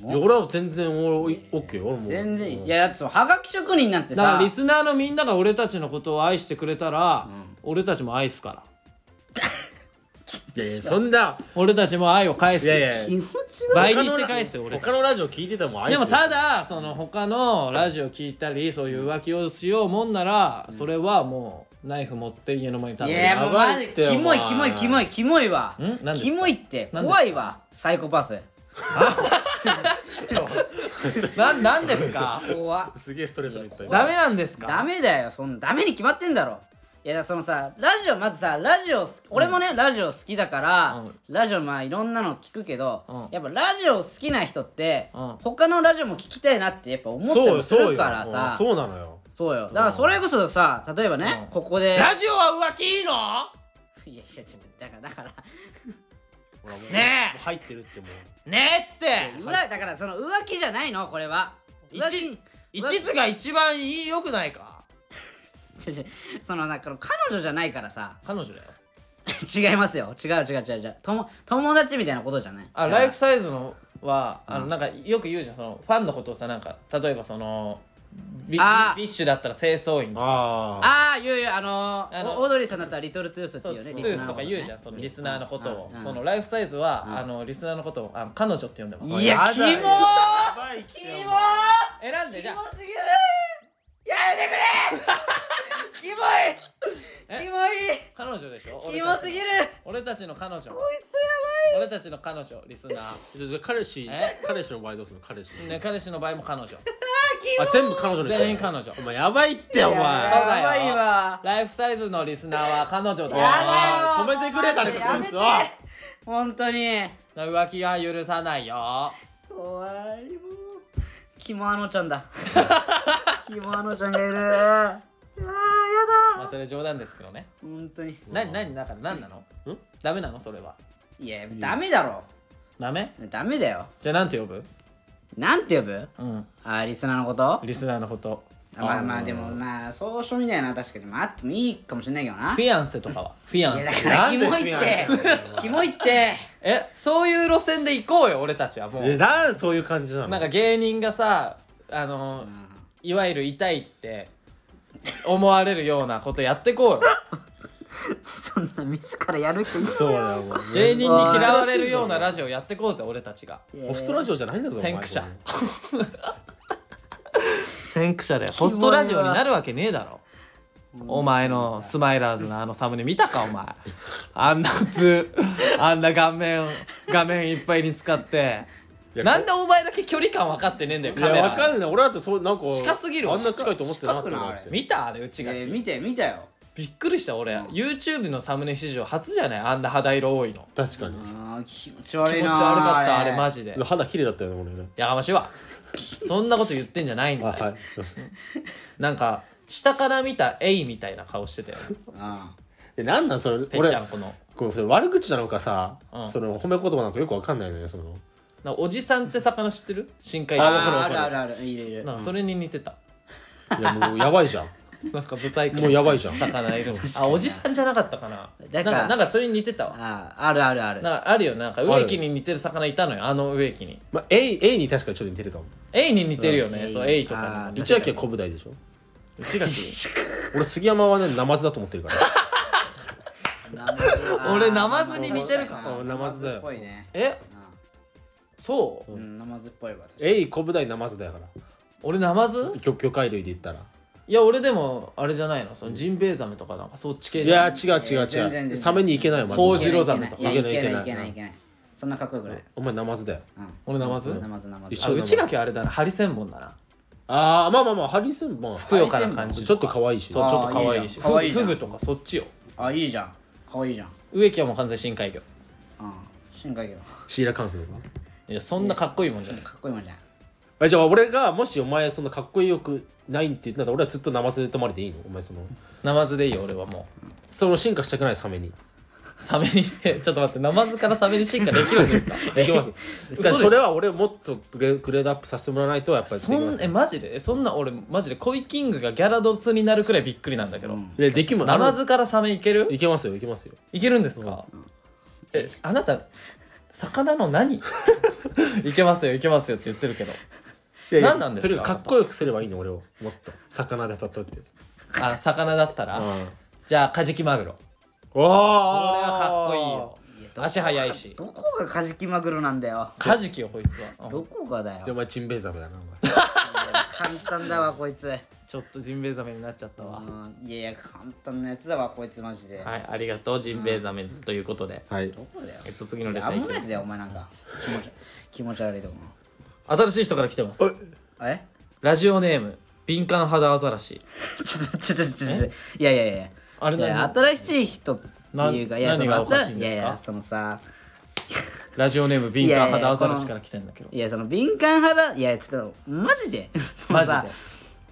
S3: 俺俺は全然俺オッケー俺も
S1: 全然いやだってそのはがき職人なんて
S2: だから
S1: さ
S2: リスナーのみんなが俺たちのことを愛してくれたら、俺たちも愛すから
S3: いやいやそんな
S2: 俺たちも愛を返す
S3: い
S2: よ
S3: やいや
S1: 気持ち
S2: 倍にして返すよ俺たち
S3: 他のラジオ聞いてたもん愛
S2: ですも
S3: る
S2: ただその他のラジオ聞いたりそういう浮気をしようもんなら、それはもうナイフ持って家の前に立
S1: 悪いい
S2: て
S1: やもうマジ
S3: やばいって
S1: キモい
S3: お前
S1: キモいキモいキモいわ
S2: ん何ですか
S1: キモいって怖いわサイコパス
S2: ななんですか
S1: 怖っ
S3: すげえストレートに言った よ
S2: ダメなんですか
S1: ダメだよそんダメに決まってんだろいやだからそのさラジオまずさラジオ好き俺もね、ラジオ好きだから、
S2: うん
S1: ラジオまあいろんなの聞くけど、
S2: うん
S1: やっぱラジオ好きな人って、
S2: うん
S1: 他のラジオも聞きたいなってやっぱ思った
S3: そう
S1: り
S3: よ
S1: す
S3: そう
S1: る
S3: よ
S1: からさ
S3: そうなのよ
S1: そうよだからそれこそさ例えばね、ここで
S2: ラジオは浮気いいの
S1: いやいやちょっとだからだから
S3: ほらもう
S2: ねえ
S3: もう入ってるってもう
S2: ねえ
S1: う
S2: っ
S1: わだからその浮気じゃないのこれは
S2: て
S1: 浮気
S2: 一一途が一番いいよくないか
S1: ちょちょそのなんか彼女じゃないからさ
S2: 彼女だよ
S1: 違いますよ違う違う違う違うとも友達みたいなことじゃない
S2: あ
S1: だから
S2: ライフサイズのはあのなんかよく言うじゃんそのファンのことをさなんか例えばそのビビ
S1: あー
S2: ビッシュだったら清掃員
S3: ああ
S1: ああいういうあのー
S2: あの
S1: オードリーさんだったらリトルトゥースって
S2: そう
S1: いうね
S2: トゥースとか言うじゃんそのリスナーのことをそのライフサイズはあのリスナーのことをあの彼女って呼んでます
S1: いやキモー
S3: やばいって
S1: キ
S3: お
S1: モ
S3: 前
S2: 選んでじゃあ
S1: ーすぎるやめてくれキモいキモい
S2: 彼女でしょ
S1: キモすぎる
S2: 俺たちの彼女
S1: こいつ
S2: 俺たちの彼女リスナー
S3: じゃあ彼氏
S2: え
S3: 彼氏の場合どうするの彼氏
S2: ね彼氏の場合も彼女
S3: あ全部彼女にした
S2: 全員彼女
S3: お前やばいってお
S1: やばい
S3: 前
S2: だよ
S1: やばいわ
S2: ライフサイズのリスナーは彼女だよ
S1: やだよ
S3: 止めてくれ誰かこいつを
S1: やめて本当に
S2: 浮気は許さないよ
S1: 怖いもうキモあのちゃん だキモあのちゃんがいるあーや
S2: まあそれ冗談ですけどね
S1: 本当に
S2: なになにだから何なの
S3: ん
S2: ダメなのそれはい
S1: やダメだろ
S2: ダメ
S1: ダメだよ
S2: じゃあなんて呼ぶ
S1: なんて呼ぶ
S2: うん
S1: あーリスナーのことあ
S2: リスナーのこと
S1: まあまあでもまあ総称みたいな確かにまああってもいいかもしれないけどな
S2: フィアンセとかはフィア
S1: い
S2: ン
S1: やだ
S2: セ
S1: からキモいっ
S3: なんで
S1: てキモいって
S2: えそういう路線で行こうよ俺たちはも
S3: え
S2: う
S3: なんでそういう感じなの
S2: なんか芸人がさあのいわゆる痛いって思われるようなことやってこうよ
S1: そんな自らやる人い
S3: そうだよもう
S2: 芸人に嫌われるようなラジオやってこうぜ俺たちが
S3: ホストラジオじゃないんだぞお前
S2: 先駆者先駆者でホストラジオになるわけねえだろお前のスマイラーズのあのサムネ見たかお前あんな普 通あんな顔面画面いっぱいに使って
S3: いや
S2: なんでお前だけ距離感分かってねえんだよ
S3: い
S2: カメ
S3: やわか
S2: ラ
S3: んない俺だってそうなんか
S2: 近すぎる
S3: あんな近いと思ってなかった
S1: 近く
S3: な
S1: ない
S3: って
S2: 見たあれうちが
S1: えー見て見たよ
S2: びっくりした俺 YouTube のサムネ史上初じゃないあんな肌色多いの
S3: 確かに
S1: あー気持ち
S2: 気
S1: 悪
S2: 持
S1: い
S2: ち
S1: な
S2: 悪かったあれマ
S1: ジ
S2: ジで
S3: 肌綺麗だったよね俺ね
S2: やかましいわそんなこと言ってんじゃないん
S3: あ
S2: だよ
S3: はいすいません
S2: なんか下から見たエイみたいな顔してたよ
S3: えなんなんそれ
S2: ぺっ
S3: 俺
S2: ちゃんこの
S3: これそれ悪口なのかさ、
S2: うん
S3: その褒め言葉なんかよくわかんないのよその
S2: なんかおじさんって魚知ってる深海魚
S1: あー
S2: わ
S1: あ
S2: かる
S1: るあ
S2: わかる
S1: るあるいるいる
S2: なんかそれに似てた
S3: いやもうやばいじゃん
S2: なんかブサイク
S3: もうやばいじゃん
S2: 魚いるのあおじさんじゃなかったかな
S1: だから
S2: なんかなんかそれに似てたわ
S1: あーあるあるある
S2: なんかあるよなんか植木に似てる魚いたのよあの植木に
S3: まあ A, A に確かにちょっと似てるかも
S2: エイに似てるよ
S1: う
S2: ね
S1: ん
S2: そう
S1: エイ
S2: エイとか
S1: あ
S2: に
S1: ー
S2: も
S3: 一秋は小舞台でしょ
S2: 内垣
S3: 俺杉山はねナマズだと思って るから
S2: 俺ナマズに似てるか
S3: も
S1: あー
S3: ナマズだよ
S1: っぽいね
S2: えそう
S1: うんナマズっぽいわ
S3: エイ小舞台ナマズだから
S2: 俺ナマズ
S3: 魚魚介類で言ったら
S2: いや俺でもあれじゃないのそのジンベエザメとかなんかそっち系
S3: い
S2: じゃ
S3: や
S2: ない
S3: 違う違う
S1: 全然全
S3: 違う
S1: 然
S3: サメに行けないよまず
S2: ホオジロザメ
S1: い
S2: とか
S1: やいけないいけない
S3: い
S1: い
S3: け
S1: け
S3: な
S1: ないいいけないそんなかっこよくない
S3: お前ナマズだよ
S1: うん
S2: 俺ナマズ
S1: ナマズナマズ
S3: 一
S2: あ
S3: 緒
S2: 内垣あれだなハリセンボンだな
S3: ああまあまあまあハリセンボン
S2: ふくよかな感じ
S3: ちょっと可愛いし
S2: そう
S1: あー
S2: ちょっと可愛い
S1: い
S2: し
S1: いじゃん可愛い
S2: フ
S1: じゃ
S2: グ
S1: ん
S2: フグとかそっちよ
S1: あいいじゃんかわいいじゃん
S2: 植木はもう完全深海魚
S1: うん深海魚
S3: シーラカンスとか
S2: いやそんなかっこいいもんじゃな い
S1: かっこいいもんじゃん
S3: あじゃあ俺がもしお前そんなかっこよくないって言ってたら俺はずっとナマズで泊まれていいのお前その
S2: ナマズでいいよ俺はもう
S3: その進化したくないサメに
S2: サメにちょっと待ってナマズからサメに進化できるんです か
S3: できますだからそれは俺をもっとグレグレードアップさせてもらわないとやっぱりでき
S2: そ
S3: ま
S2: ん
S3: せ
S2: え
S3: ん
S2: マジでそんな俺マジでコイキングがギャラドスになるくらいびっくりなんだけど、
S3: いやできも
S2: ナマズからサメいける
S3: いけますよいけますよ
S2: いけるんですか、えあなた魚の 何いけますよいけますよって言ってるけどや何なんですか
S3: とにかくかっこよくすればいいの俺をもっと魚で例えて
S2: あ魚だったら、
S3: うん
S2: じゃあカジキマグロこ
S3: お
S2: れ
S3: ー
S2: はかっこいいよ足速いし
S1: どこがカジキマグロなんだよ
S2: カジキよこいつは、うん
S1: どこがだ
S3: じゃあお
S1: よ
S3: 前チンベイザメだなお前
S1: 簡単だ わこいつ
S2: ちょっとジンベエザメになっちゃったわ、
S1: うんいやいや簡単なやつだわこいつマジで
S2: はいありがとうジンベエザメということで、
S3: はい
S1: どこだよ
S2: えっと次の
S1: い
S2: レ
S1: や
S2: タ
S1: ア
S2: ーい
S1: ン
S2: き
S1: モナ
S2: ま
S1: イ
S2: す
S1: スだよお前なんか気 持ち気持ち悪いと思う
S2: 新しい人から来てます
S1: え
S2: ラジオネーム敏感肌アザラシ
S1: ちょっとちょっとちょっといやいやいや
S2: あれ
S1: いや
S2: 何
S1: 新しい人っていう
S2: な
S1: かいやそ
S2: 何
S1: の
S2: がおかしいんですか
S1: ややそのさ
S2: ラジオネーム
S1: い
S2: 敏
S1: や
S2: 感
S1: いや
S2: 肌アザラシから来てんだけど
S1: いやその敏感肌いやちょっとマジでそ
S2: マ
S1: の
S2: ジ
S1: さ
S2: で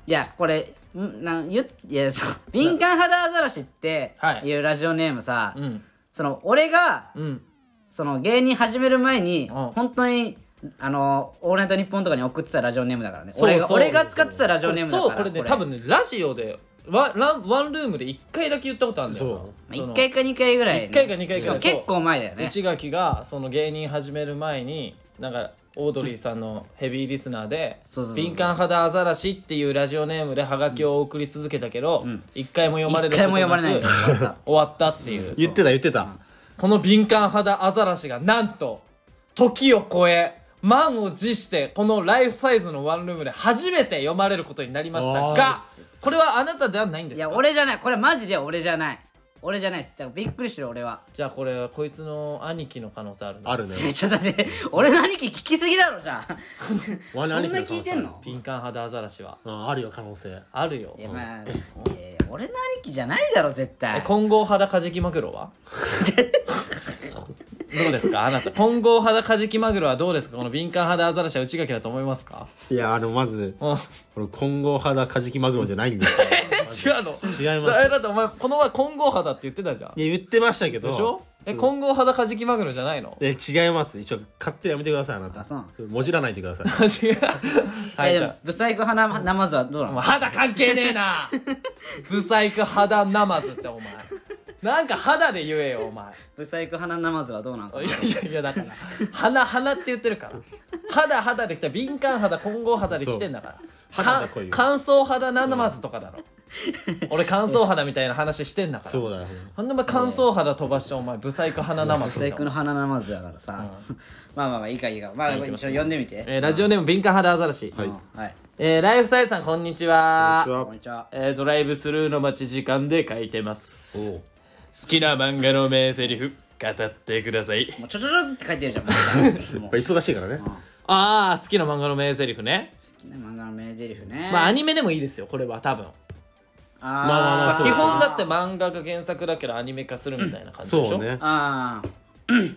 S1: いやこれんなんゆいやそう敏感肌アザラシって
S2: はい
S1: いうラジオネームさ、
S2: うん
S1: その俺が
S2: うん
S1: その芸人始める前に
S2: ん
S1: 本当にあの「オールナイトニッポン」とかに送ってたラジオネームだからね
S2: そう
S1: 俺が
S2: そう
S1: 俺が使ってたラジオネームだか
S2: そう
S1: ら
S2: これね多分ねラジオでワンランワンルームで1回だけ言ったことあるんだよ
S3: そ
S1: まあ
S2: その
S1: 一回か二回ぐらいね、
S2: 一回か二回ぐらい
S1: しも結構前だよね
S2: 内垣がその芸人始める前になんかオードリーさんのヘビーリスナーで
S1: そうそう
S2: 「
S1: そう
S2: 敏感肌アザラシ」っていうラジオネームでハガキを送り続けたけど一回も読まれる
S1: 一
S2: こと
S1: 回
S2: な
S1: も
S2: く
S1: 読まれないの終わった
S2: 終わったっていう
S3: 言ってた言ってた
S2: この敏感肌アザラシがなんと時を超え満を持してこのライフサイズのワンルームで初めて読まれることになりました
S3: わ
S2: が
S3: あ
S2: これはあなたではないんで
S1: い
S2: す
S1: や
S2: か
S1: 俺じゃないこれマジで俺じゃない俺じゃないですだからびっくりしてる俺は
S2: じゃあこれはこいつの兄貴の可能性あるな
S3: あるね
S1: ちょちょっと待って俺の兄貴聞きすぎだろじゃあ
S3: そ
S1: そんな聞いてんの
S2: 敏感肌アザラシは
S3: うんあるよ可能性
S2: あるよ
S1: いやまあいやいや俺の兄貴じゃないだろ絶
S2: え
S1: 対
S2: 混合肌カジキマグロ はどうですかあなた混合肌カジキマグロはどうですかこの敏感肌アザラシは内垣だと思いますか
S3: いやあのまず
S2: うん違
S3: これ混合肌カジキマグロじゃ ないんですよ
S2: うの
S3: 違います
S2: あれだってお前この前混合肌って言ってたじゃん
S3: いや言ってましたけど
S2: でしょえ混合肌カジキマグロじゃ ないの
S3: え違います一応勝手にやめてくださいあなた
S1: あそうなんで
S3: れもじらないでください
S2: 違うはい
S1: や
S2: いじ
S1: で
S2: ゃ
S1: もブサイク花ナマズはどうな
S2: あお
S1: の
S2: 前肌関係ねえなブサイク肌ナマズってお前なんか肌で言えよお前
S1: ブサイク花ナマズはどうなのかない
S2: や いやいやだから鼻鼻って言ってるから肌肌できた敏感肌混合肌できてんだから
S3: そう
S2: か
S3: 肌が濃いよ
S2: 乾燥肌ナマズとかだろ俺乾燥肌みたいな話してんだから
S3: そうだよ
S2: あんなお前乾燥肌飛ばしてお前ブサイク鼻ナマ
S1: ブ
S2: ズ
S1: サ
S2: だ
S1: イクの花ナマズだからさまあまあまあいいかいいかまあ一応読んでみて
S2: えーラジオネーム敏感肌アザラシ、
S1: うんはい
S2: えーライフサイズさんこんにちは
S1: こんにちは
S2: えードライブスルーの待ち時間で書いてます
S3: おう
S2: 好きな漫画の名セリフ語ってください
S1: もうちょちょちょって書いてるじゃんもうも
S3: やっ
S1: う
S3: ぱ忙しいからね
S2: ああ好きな漫画の名セリフね、
S1: 好きな漫画の名台詞ね
S2: まあアニメでもいいですよこれは多分
S1: あー
S3: まあまあまあそう
S2: 基
S3: ですね
S2: 本だって漫画が原作だけどアニメ化するみたいな感じでしょ、
S3: そうね
S1: あー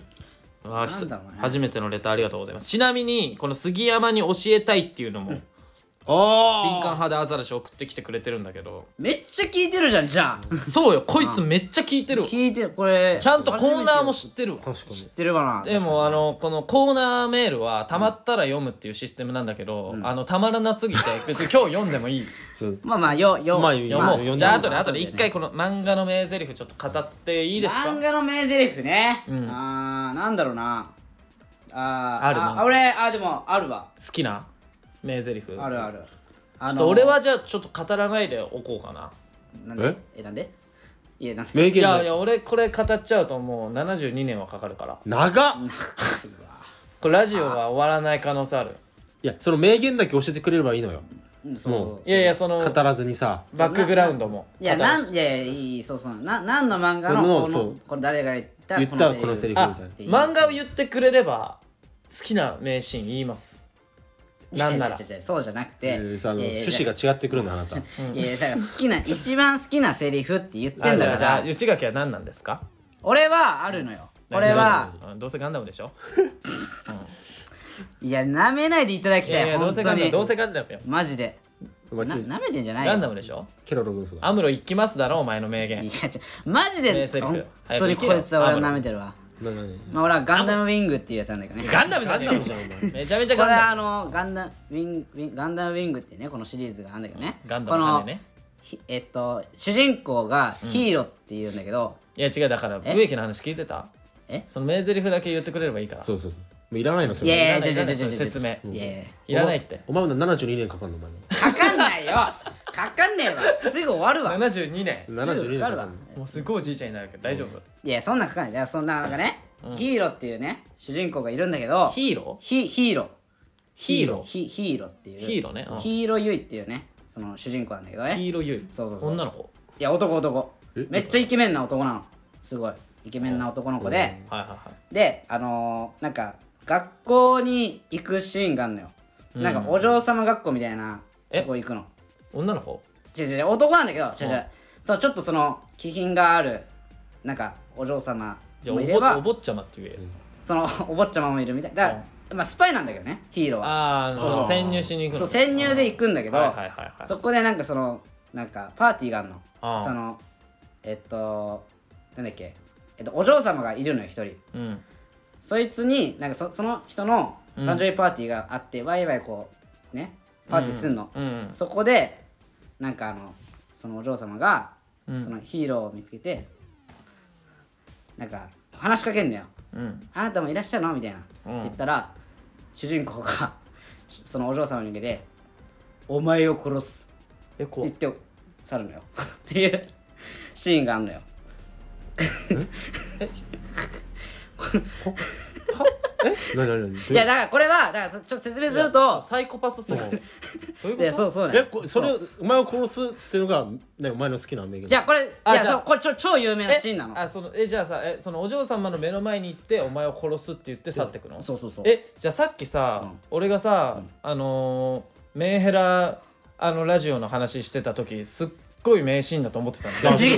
S2: あーし
S1: なんだろうね
S2: 初めてのレターありがとうございますちなみにこの杉山に教えたいっていうのも敏
S3: ああ
S2: 感肌アザラシ送ってきてくれてるんだけど
S1: めっちゃ聞いてるじゃんじゃあ
S2: そうよこいつめっちゃ聞いてるわち
S1: 聞いてるこれ
S2: ゃんとコーナーも知ってるわ
S3: 確かに
S1: 知ってるかな
S2: でもあのこのコーナーメールはたまったら読むっていうシステムなんだけど、あのたまらなすぎて別に今日読んでもいい
S3: そう
S1: まあまあよよ、
S3: まあ
S2: 読
S3: ま
S2: も
S3: あ
S2: う、
S3: 読ん
S2: じ
S3: で
S2: ゃあ
S3: も
S2: 後で
S1: そ
S2: 後で
S1: うだよね
S2: 一回この漫画の名台詞ちょっと語っていいです
S1: 漫
S2: か
S1: 画の名台詞ね、あーなんだろうなあー
S2: あるな
S1: あ俺あでもあるわ
S2: 好きな名台詞
S1: あるあるあの
S2: ちょっと俺はじゃあちょっと語らないでおこうかな
S1: なんでえなんでいやなんで
S3: 名
S2: い
S3: 言
S2: や
S3: だ
S2: い
S3: よ
S2: や俺これ語っちゃうともう72年はかかるから
S3: 長っ
S2: これラジオは終わらない可能性ある
S3: いやその名言だけ教えてくれればいいのよ
S1: うんそう
S3: も
S2: いやいやその
S3: 語らずにさ
S2: バックグラウンドも
S1: いや、
S2: 語るし
S1: なんで、いい、そうそう、な、何の漫画
S3: の
S1: の、こ
S3: そ
S1: の
S3: う、
S1: これ誰が言った
S3: 言ったこのセリフみ
S2: あ
S3: たいな
S2: 漫画を言ってくれれば好きな名シーン言いますなんなら
S1: 違う違う違うそうじゃなくて、
S3: えーさあの
S1: いやいや
S3: 趣旨が違ってくるんだあなた
S1: いやだから好きな一番好きなセリフって言ってんだ
S2: じゃ
S1: か
S2: あじゃあ
S1: ら
S2: 内垣は何なんですか
S1: 俺はあるのよ俺は
S2: うんどうせガンダムでしょ
S1: いやなめないでいただき
S2: い
S1: た
S2: や
S1: い
S2: いやどう
S1: 本
S2: せ
S1: 当
S2: ガンダム
S1: に
S2: どうせガンダムよ
S1: マジで
S3: お前
S1: な
S3: ケ
S1: なめてんじゃないよ
S2: ガンダムでしょ
S3: ケロロ軍曹だ
S2: アムロ行きますだろお前の名
S1: い
S2: 言
S1: やちょマジで
S2: 名セリフ
S1: 本当にこいつは俺はなめてるわ
S3: ななに
S1: まあ俺はガンダムウィングっていうやつなんだけどね
S2: ガンダムじゃねえよめちゃめちゃ
S1: こ
S2: ガン
S1: れは
S2: ダ
S1: あのガンダムウィンウィンガンダムウィングっていうねこのシリーズがあるんだけどね
S2: ムガンダムの羽ね
S1: ひえっと主人公がヒーローっていうんだけど、
S2: いや違うだから
S1: え
S2: 植木の話聞いてた
S1: え
S2: その名台詞だけ言ってくれればいいから
S3: そうそうそうもういらないのそ
S1: いや
S3: れ
S1: いやいやいやいやいや
S2: 説明
S1: いやいや
S2: いらないって
S3: お前も72年かかんのお前も
S1: かかんないよ かかんねえわすぐ終わるわ
S2: 72年
S3: 72年かかんの
S2: もうすごいおじいちゃんになるけど大丈夫
S1: いやそんなかかんないだからそんななんかね、ヒーローっていうね主人公がいるんだけど
S2: ヒーロー
S1: ヒヒーロー
S2: ヒーロ
S1: ヒヒーローっていう
S2: ヒーローねうん
S1: ヒーローユイっていうねその主人公なんだけど
S2: ーヒ
S1: ね
S2: ーローユイ
S1: そうそうそう
S2: 女の子
S1: いや男男
S3: え
S1: めっちゃイケメンな男なのすごいイケメンな男の子で
S2: はいはいはい
S1: であのーなんか学校に行くシーンがあるのよ、なんかお嬢様学校みたいな
S2: え
S1: とこ行くの
S2: 女の子
S1: 違う違う違う男なんだけど違う違うそうちょっとその気品があるなんかお嬢様
S2: じゃあお
S1: もいれ
S2: ぼ
S1: ば
S2: お坊ちゃまって言えよ
S1: その お坊ちゃまもいるみたいだから、まあ、スパイなんだけどねヒーローは
S2: ああ
S1: そう
S2: そう潜入しに行く
S1: そう
S2: の
S1: 潜入で行くんだけど、
S2: はいはいはいはい
S1: そこでなんかそのなんかパーティーがあるの
S2: ああ
S1: そのえっとなんだっけ、えっと、お嬢様がいるのよ一人
S2: うん
S1: そいつになんかそその人の誕生日パーティーがあって、ワイワイこうねパーティーすんの、
S2: うん
S1: そこでなんかあのそのお嬢様が、そのヒーローを見つけてなんか話しかけんだよ
S2: うん
S1: 「あなたもいらっしゃるの?」みたいな、
S2: うん
S1: 言ったら主人公が そのお嬢様に向けて「お前を殺す」
S2: えこ
S1: っ
S2: う
S1: て言って去るのよっていうシーンがあるのよ
S3: なになになに
S1: いやだからこれはだからそちょっと説明すると
S2: サイコパスすぎるどういう
S1: いやそ
S2: こと
S1: うそうね
S3: えこそれお前を殺すっていうのがねお前の好きな名言
S1: じゃあこれい
S2: あ
S1: や
S2: じゃあ
S1: そうこれちょ超有名な
S2: え
S1: シーンなの
S2: あそのえじゃあさえそのお嬢様の目の前に行ってお前を殺すって言って去ってくの
S1: そうそうそう
S2: えじゃあさっきさ、
S1: うん
S2: 俺がさ、あのーメンヘラあのラジオの話してた時すっごい名シーンだと思ってたんだ
S1: 違う違う違う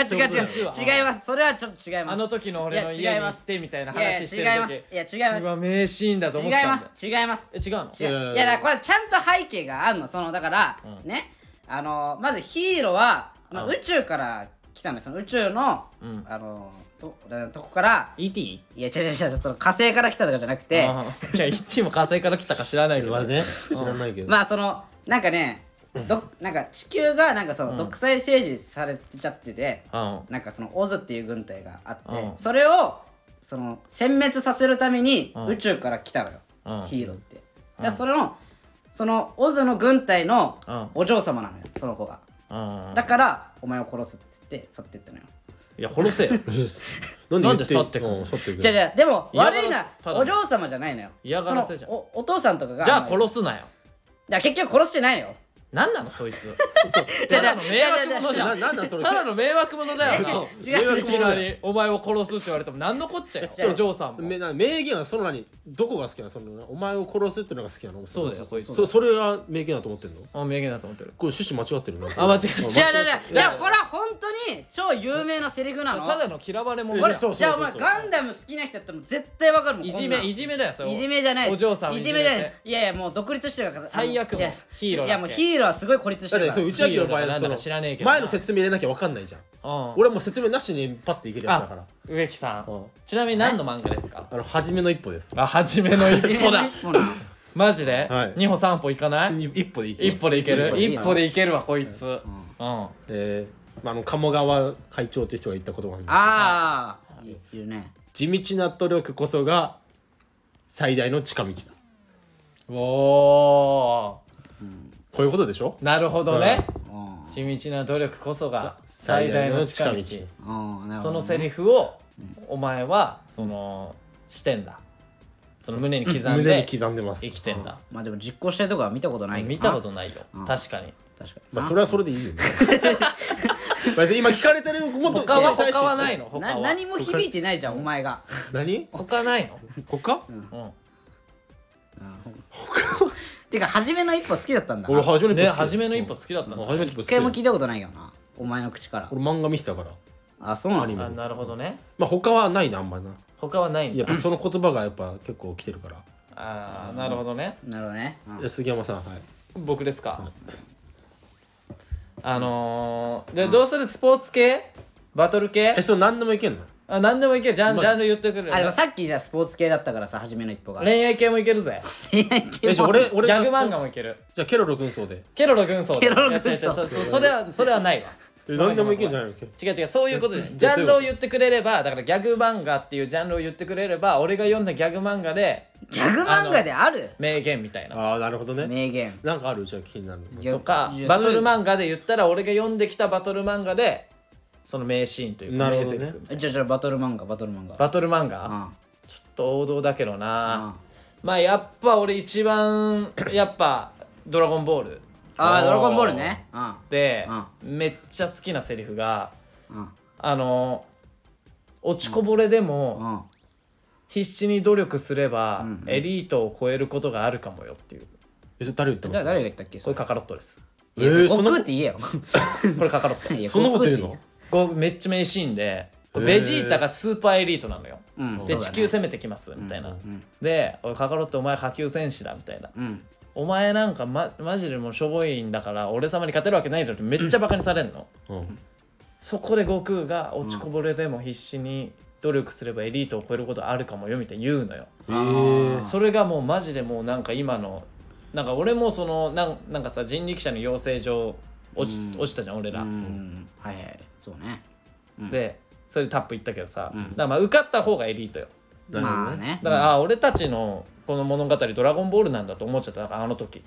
S1: 違う違
S2: そういうことです
S1: う違いますそれはちょっと違います
S2: あの時の俺の
S1: いや違い
S2: 家に行
S1: ま
S2: っ
S1: す
S2: てみたいない
S1: やいや
S2: 話してる時
S1: 違いますいや違います
S2: うわ名シーンだと
S1: 違
S2: 思
S1: い
S2: ってた
S1: ま
S2: んだ
S1: す違います
S2: え違うの
S1: 違う
S3: いやいやいや
S1: いやだからこれはちゃんと背景があるのそのだから、
S2: うん
S1: ねあのまずヒーローは、まあ
S2: うん
S1: 宇宙から来たのよその宇宙の、
S2: うん
S1: あのととこから
S2: ET?
S1: いや違う違う違うその火星から来たとかじゃなくて
S2: あーいや ET も火星から来たか知らないけ
S3: 俺
S2: ど
S3: はね知らないけど
S1: まあそのなんかねどなんか地球がなんかその独裁政治されちゃってて、
S2: うん
S1: なんかそのオズっていう軍隊があって、
S2: うん
S1: それをその殲滅させるために
S2: うん
S1: 宇宙から来たのよ、
S2: うん
S1: ヒーローって、だからそれのそのオズの軍隊の
S2: うん
S1: お嬢様なのよその子が
S2: うん
S1: だからお前を殺すって言って去ってったのよ、
S2: いや殺せよ
S3: なんで言
S2: なんで去ってくの
S3: うん去ってく
S1: じゃあじゃあでも
S2: 嫌がら
S1: 悪いな
S2: ただの
S1: お嬢様じゃないのよ
S2: 嫌がらせじゃん
S1: そのおお父さんとかが
S2: じゃあ殺
S1: す
S2: すなよ
S1: だから結局殺してないのよ
S2: なんなのそいつただの迷惑者じゃん
S3: ななんだそれ
S2: ただの迷惑者だよな
S1: 違う違う
S2: いきなりお前を殺すって言われても何のこっちゃよ
S1: 違う
S2: お嬢さんも
S3: めな名言はその何どこが好きなのそのお前を殺すっていうのが好きなの
S2: そうだよこいつ
S3: そそれが名言だと思ってんの
S2: あ名言だと思ってる
S3: これ趣旨間違ってるな
S2: あ間違え
S1: 違う違う
S2: た
S1: 違うじゃあこれは本当に超有名なセリフなの
S2: ただの嫌われ者だ
S3: これ
S2: よ
S3: そう
S1: じゃあお前ガンダム好きな人だったらもう絶対わかるもん
S2: い
S1: こ
S2: じ
S1: んな
S2: め
S1: の
S2: いじめだよそれ
S1: いじめじゃないです
S2: お嬢さん
S1: い
S2: をい
S1: じ
S2: じ
S1: め
S2: め
S1: じゃないです
S2: て
S1: いやいやもう独立してるから
S2: 最悪もう
S1: いや
S2: ヒーローだっけ
S1: いやもうヒーローはすごい孤立して
S3: だっ
S1: るか
S3: て
S1: ら
S3: そう内訳の場
S2: ヒーローだから
S3: 合
S2: なんだか
S3: そ
S2: 知らねえけど
S3: の
S2: な
S3: 前の説明でなきゃ分かんないじゃん
S2: うん
S3: 俺はもう説明なしにパッていけるやつだから
S2: あ植木さ
S3: うん
S2: んちなみに何の漫画ですか
S3: あの初めの一歩です
S2: あ初めの一 歩だ
S1: もうな
S2: マジで
S3: はい
S2: 2歩3歩いかない
S3: に一歩でいける
S2: 一歩でいける
S1: 一歩でいい
S2: 一歩でいけるわこいつうん
S3: えーまああの鴨川会長という人が言ったことがあるんです
S1: ああいるね
S3: 地道な努力こそが最大の近道だ
S2: お
S3: こういうことでしょ
S2: ーなるほどね
S1: うん
S2: 地道な努力こそが最大の近道
S1: うんなるほどね
S2: そのセリフをお前はそのしてんだその胸に刻んで、
S3: 胸に刻んでます
S2: 生きてんだ、
S1: まあでも実行してるとかは見たことないけどな
S2: 見たことないよ、確かに
S1: 確かに、
S3: まあそれはそれでいいよねまあ今聞かれてるもっと
S2: 他は他はないの他
S1: な
S2: は
S1: 何も響いてないじゃんお前が、
S3: 何
S2: 他ないの、
S3: 他
S2: うん
S1: てか初めの一歩好きだったんだな
S3: 俺
S1: 一
S3: 初めて
S2: ね初めの一歩好きだったんだ
S3: 初めて一
S1: 回も
S3: 歩好
S1: 聞
S3: き
S1: いたことないよなお前の口から
S3: 俺漫画見てたから
S1: あそうな
S3: アニメ
S1: の
S2: あなるほどね
S3: まあ他はないなあんまりな
S2: 他はないん
S3: や
S2: だ
S3: っぱその言葉がやっぱ結構来てるから
S2: ああなるほどね
S1: なるほどね、うん
S3: じゃあ杉山さんはい
S2: 僕ですか、あのー、じゃあどうするスポーツ系バトル系
S3: えそれ何でもいけんの
S2: あ何でもいけるジャンジャンル言ってくる、
S1: あでもさっきじゃあスポーツ系だったからさ初めの一歩が
S2: 恋愛系もいけるぜ
S1: 恋愛系
S3: えじゃあ俺俺
S2: ギ
S3: が
S2: ャグ漫画もいける
S3: じゃあケロロ軍曹で
S2: ケロロ軍曹で
S1: ケロロ軍曹
S2: いや違う違うそそそれはそれはないわ
S3: え何でもいけんじゃないのケロ
S2: 違う違うそういうことじ ゃないジャンルを言ってくれればだからギャグ漫画っていうジャンルを言ってくれれば俺が読んだギャグ漫画で
S1: ギャグ漫画である
S2: 名言みたいな
S3: ああなるほどね
S1: 名言
S3: なんかあるじゃあ気になる
S1: いや
S2: とか
S1: いや
S2: バトル
S1: それ
S2: 漫画で言ったら俺が読んできたバトル漫画でその名シーンというか
S3: なる
S2: 名
S3: ほどね
S2: セリフみたいな
S1: じゃあじゃあバトル漫画バトル漫画
S2: バトル漫画
S1: うん
S2: ちょっと王道だけど
S1: うん
S2: なまあやっぱ俺一番やっぱ「ドラゴンボール
S1: あ
S3: お
S1: あ
S3: ー
S1: ドラゴンボールねうん
S2: で」めっちゃ好きなセリフが
S1: うん
S2: あの落ちこぼれで
S1: う
S2: も
S1: ん
S2: 必死に努力すれば
S1: うん
S2: エリートを超えることがあるかもよっていう
S3: えそれ誰言った
S1: だ
S3: の
S1: 誰が言ったっけ
S2: こ
S1: そ
S2: れ
S1: れ
S2: カカロットです
S3: え
S1: いやそれ
S3: ーそん
S1: 悟
S3: な
S1: 空って
S3: こ
S1: 言えよ
S2: これカカロッ ト
S1: いや
S3: そんなこと言う
S1: 悟
S3: の
S1: 空って
S2: こうめっちゃ名シーンで
S3: へー
S2: ベジータがスーパーエリートなのよ
S1: 言えようん
S2: で
S1: そうだ
S2: 地
S1: ね
S2: 球攻めてきますみたいなで「おいカカロットお前下級戦士だ」みたいな
S1: うん
S2: 「お前なんかまマジでもうしょぼいんだから俺様に勝てるわけないじゃん」ってめっちゃバカにされんの
S3: うん
S2: そこで悟空が落ちこぼれでも必死に努力すればエリートを超えることあるかもよみたいに言うのよ
S3: えー
S2: それがもうマジでもうなんか今のなんか俺もそのなんなんかさ人力車の養成所落ち落ちたじゃん俺ら
S1: うんはいはいそうね
S2: でそれでタップ行ったけどさだからまあ受かった方がエリートよ
S3: なるほ
S1: ま
S3: ど
S1: あ
S3: ね
S1: ね
S2: だから、あ俺たちのこの物語「ドラゴンボール」なんだと思っちゃったなんかあの時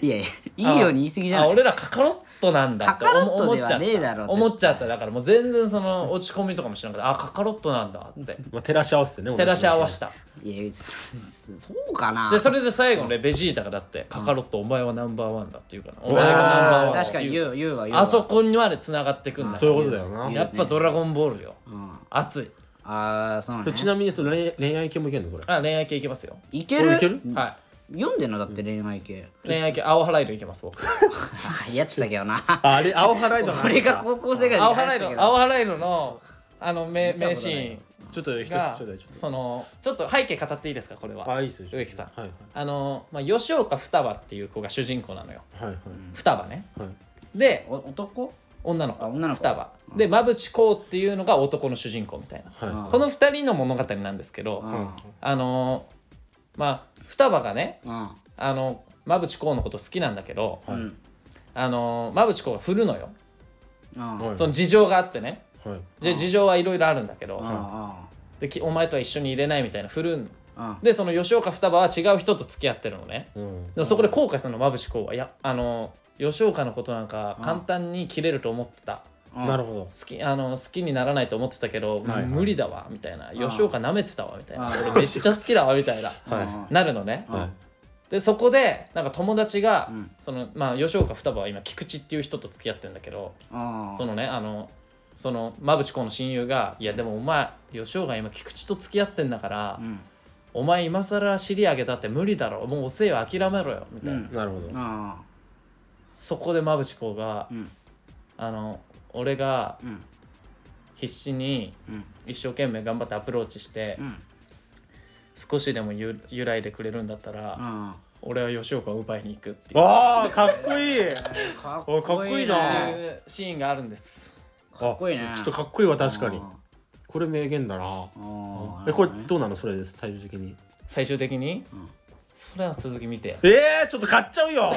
S1: いやいやいいように言い過ぎじゃ
S2: あ
S1: ない
S2: 俺らカカロットなんだって思
S1: カカロット
S2: 思っ
S1: で
S2: ちゃ
S1: は
S2: っ
S1: ねえだろ
S2: た思っちゃっただからもう全然その落ち込みとかもしなくてあカカロットなんだ って
S3: まあ照らし合わせてね
S2: 照らし合わせた
S1: いやそそうかな
S2: でそれで最後のねベジータがだって「カカロットお前はナンバーワンだ」っていうから「お前がナンバー
S1: あ
S2: ワンだ」
S1: ー
S2: っ
S1: 確
S2: て
S1: かに
S2: いう
S1: 言う言うわ言うわ
S2: あそこにまでつながってくんだから
S3: そういうことだよな
S2: やっぱ「ドラゴンボール」よ
S1: ん
S2: 熱い
S1: ああそう
S3: それ
S1: ね
S3: ちなみにその恋恋愛系もいけんのそれ
S2: あ恋愛系いけますよ
S1: いける
S3: いける
S2: は
S1: 読んでんのだって恋愛系
S2: い恋愛系青ハライドいけます僕
S1: あやってたけどな
S3: ああれ青ハライド
S1: これが高校生ぐらいで
S2: 青
S1: 流
S2: ハ
S1: 行っ
S2: ラ
S1: てた
S2: イ
S1: け
S2: ド
S1: ど
S2: 青ハライドのあの名名シーン
S3: ちょっと一つちょうだ
S2: が
S3: いちょうだいちょっ
S2: そのちょっと背景語っていいですかこれ
S3: とあ
S2: はい
S3: いっすよちょっと
S2: 植木さん
S3: はい
S2: あの、まあ、吉岡双葉っていう子が主人公なのよ
S3: はいはい
S2: 双葉ね
S3: はいはい
S2: で
S1: お男
S2: 女の子
S1: あ女の子
S2: 双葉で馬淵こうっていうのが男の主人公みたいな
S3: は
S2: この2人の物語なんですけ
S1: う
S2: ど
S1: ん
S2: あのまあ双葉がね
S1: うん
S2: あの馬淵こうのこと好きなんだけど
S1: う
S3: はい
S1: ん
S2: あの馬淵こうが振るのよ
S1: うん
S3: いはい
S2: その事情があってね
S3: はい
S2: じ事情はいろいろあるんだけど
S1: あ
S2: できお前とは一緒に入れないみたいな振るん
S1: ああ
S2: でその吉岡双葉は違う人と付き合ってるのね
S3: うん
S2: でもそこで後悔するのまぶしこうはいやあの吉岡のことなんか簡単に切れると思ってた
S1: あ
S3: なるほど
S2: 好きあの好きにならないと思ってたけど、
S3: はいはい
S2: 無理だわみたいな吉岡なめてたわみたいな
S1: あ
S2: 俺めっちゃ好きだわみたいな
S3: は
S2: なるのね
S3: はい
S2: でそこでなんか友達が、そのまあ吉岡双葉は今菊池っていう人と付き合ってるんだけど
S1: ああ
S2: そのねあのその馬淵子の親友が「いやでもお前吉岡今菊池と付き合ってんだから、
S1: ん
S2: お前今更尻上げたって無理だろもうおせえは諦めろよ」みたいな、
S1: うん
S3: なるほど
S1: あ
S2: そこで馬淵子が、
S1: ん
S2: あの俺が
S1: ん
S2: 必死に
S1: ん
S2: 一生懸命頑張ってアプローチして、
S1: ん
S2: 少しでもゆ揺らいでくれるんだったら、
S1: あうん
S2: 俺は吉岡を奪いに行くっていう
S3: わあかっこいい
S1: かっ
S3: おいかっこいい
S2: っ
S3: な
S2: て
S1: ね
S2: いうシーンがあるんです。
S1: かっこいいね
S3: あちょっとかっこいいわ確かに
S1: あ
S3: これ名言だな
S1: あ
S3: えこれどうなのそれです最終的に
S2: 最終的に、それは鈴木見て
S3: えー、ちょっと買っちゃ うよ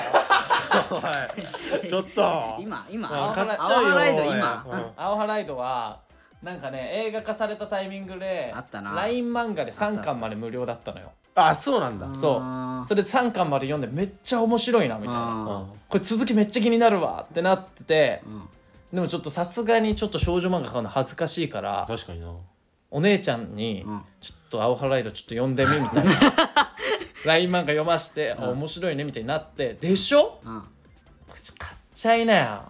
S3: おい ちょっと
S1: 今今
S2: あ
S1: 青
S2: 買っち
S1: 青ライド
S3: おい
S1: 今
S3: うん
S2: アオハライドはなんかね映画化されたタイミングで
S1: あったな
S2: LINE 漫画で3巻まで無料だったのよ
S3: あそうなんだ
S2: そうそれで3巻まで読んでめっちゃ面白いなみたいな
S1: あ
S2: これ続きめっちゃ気になるわってなってて、でもちょっとさすがにちょっと少女漫画買うの恥ずかしいから
S3: 確かにな
S2: お姉ちゃんに
S1: ん
S2: 「ちょっとアオハライドちょっと読んでみ」みた いな LINE 漫画読まして「あ面白いね」みたいになって「でしょ
S1: うん
S2: 買っちゃいなよ」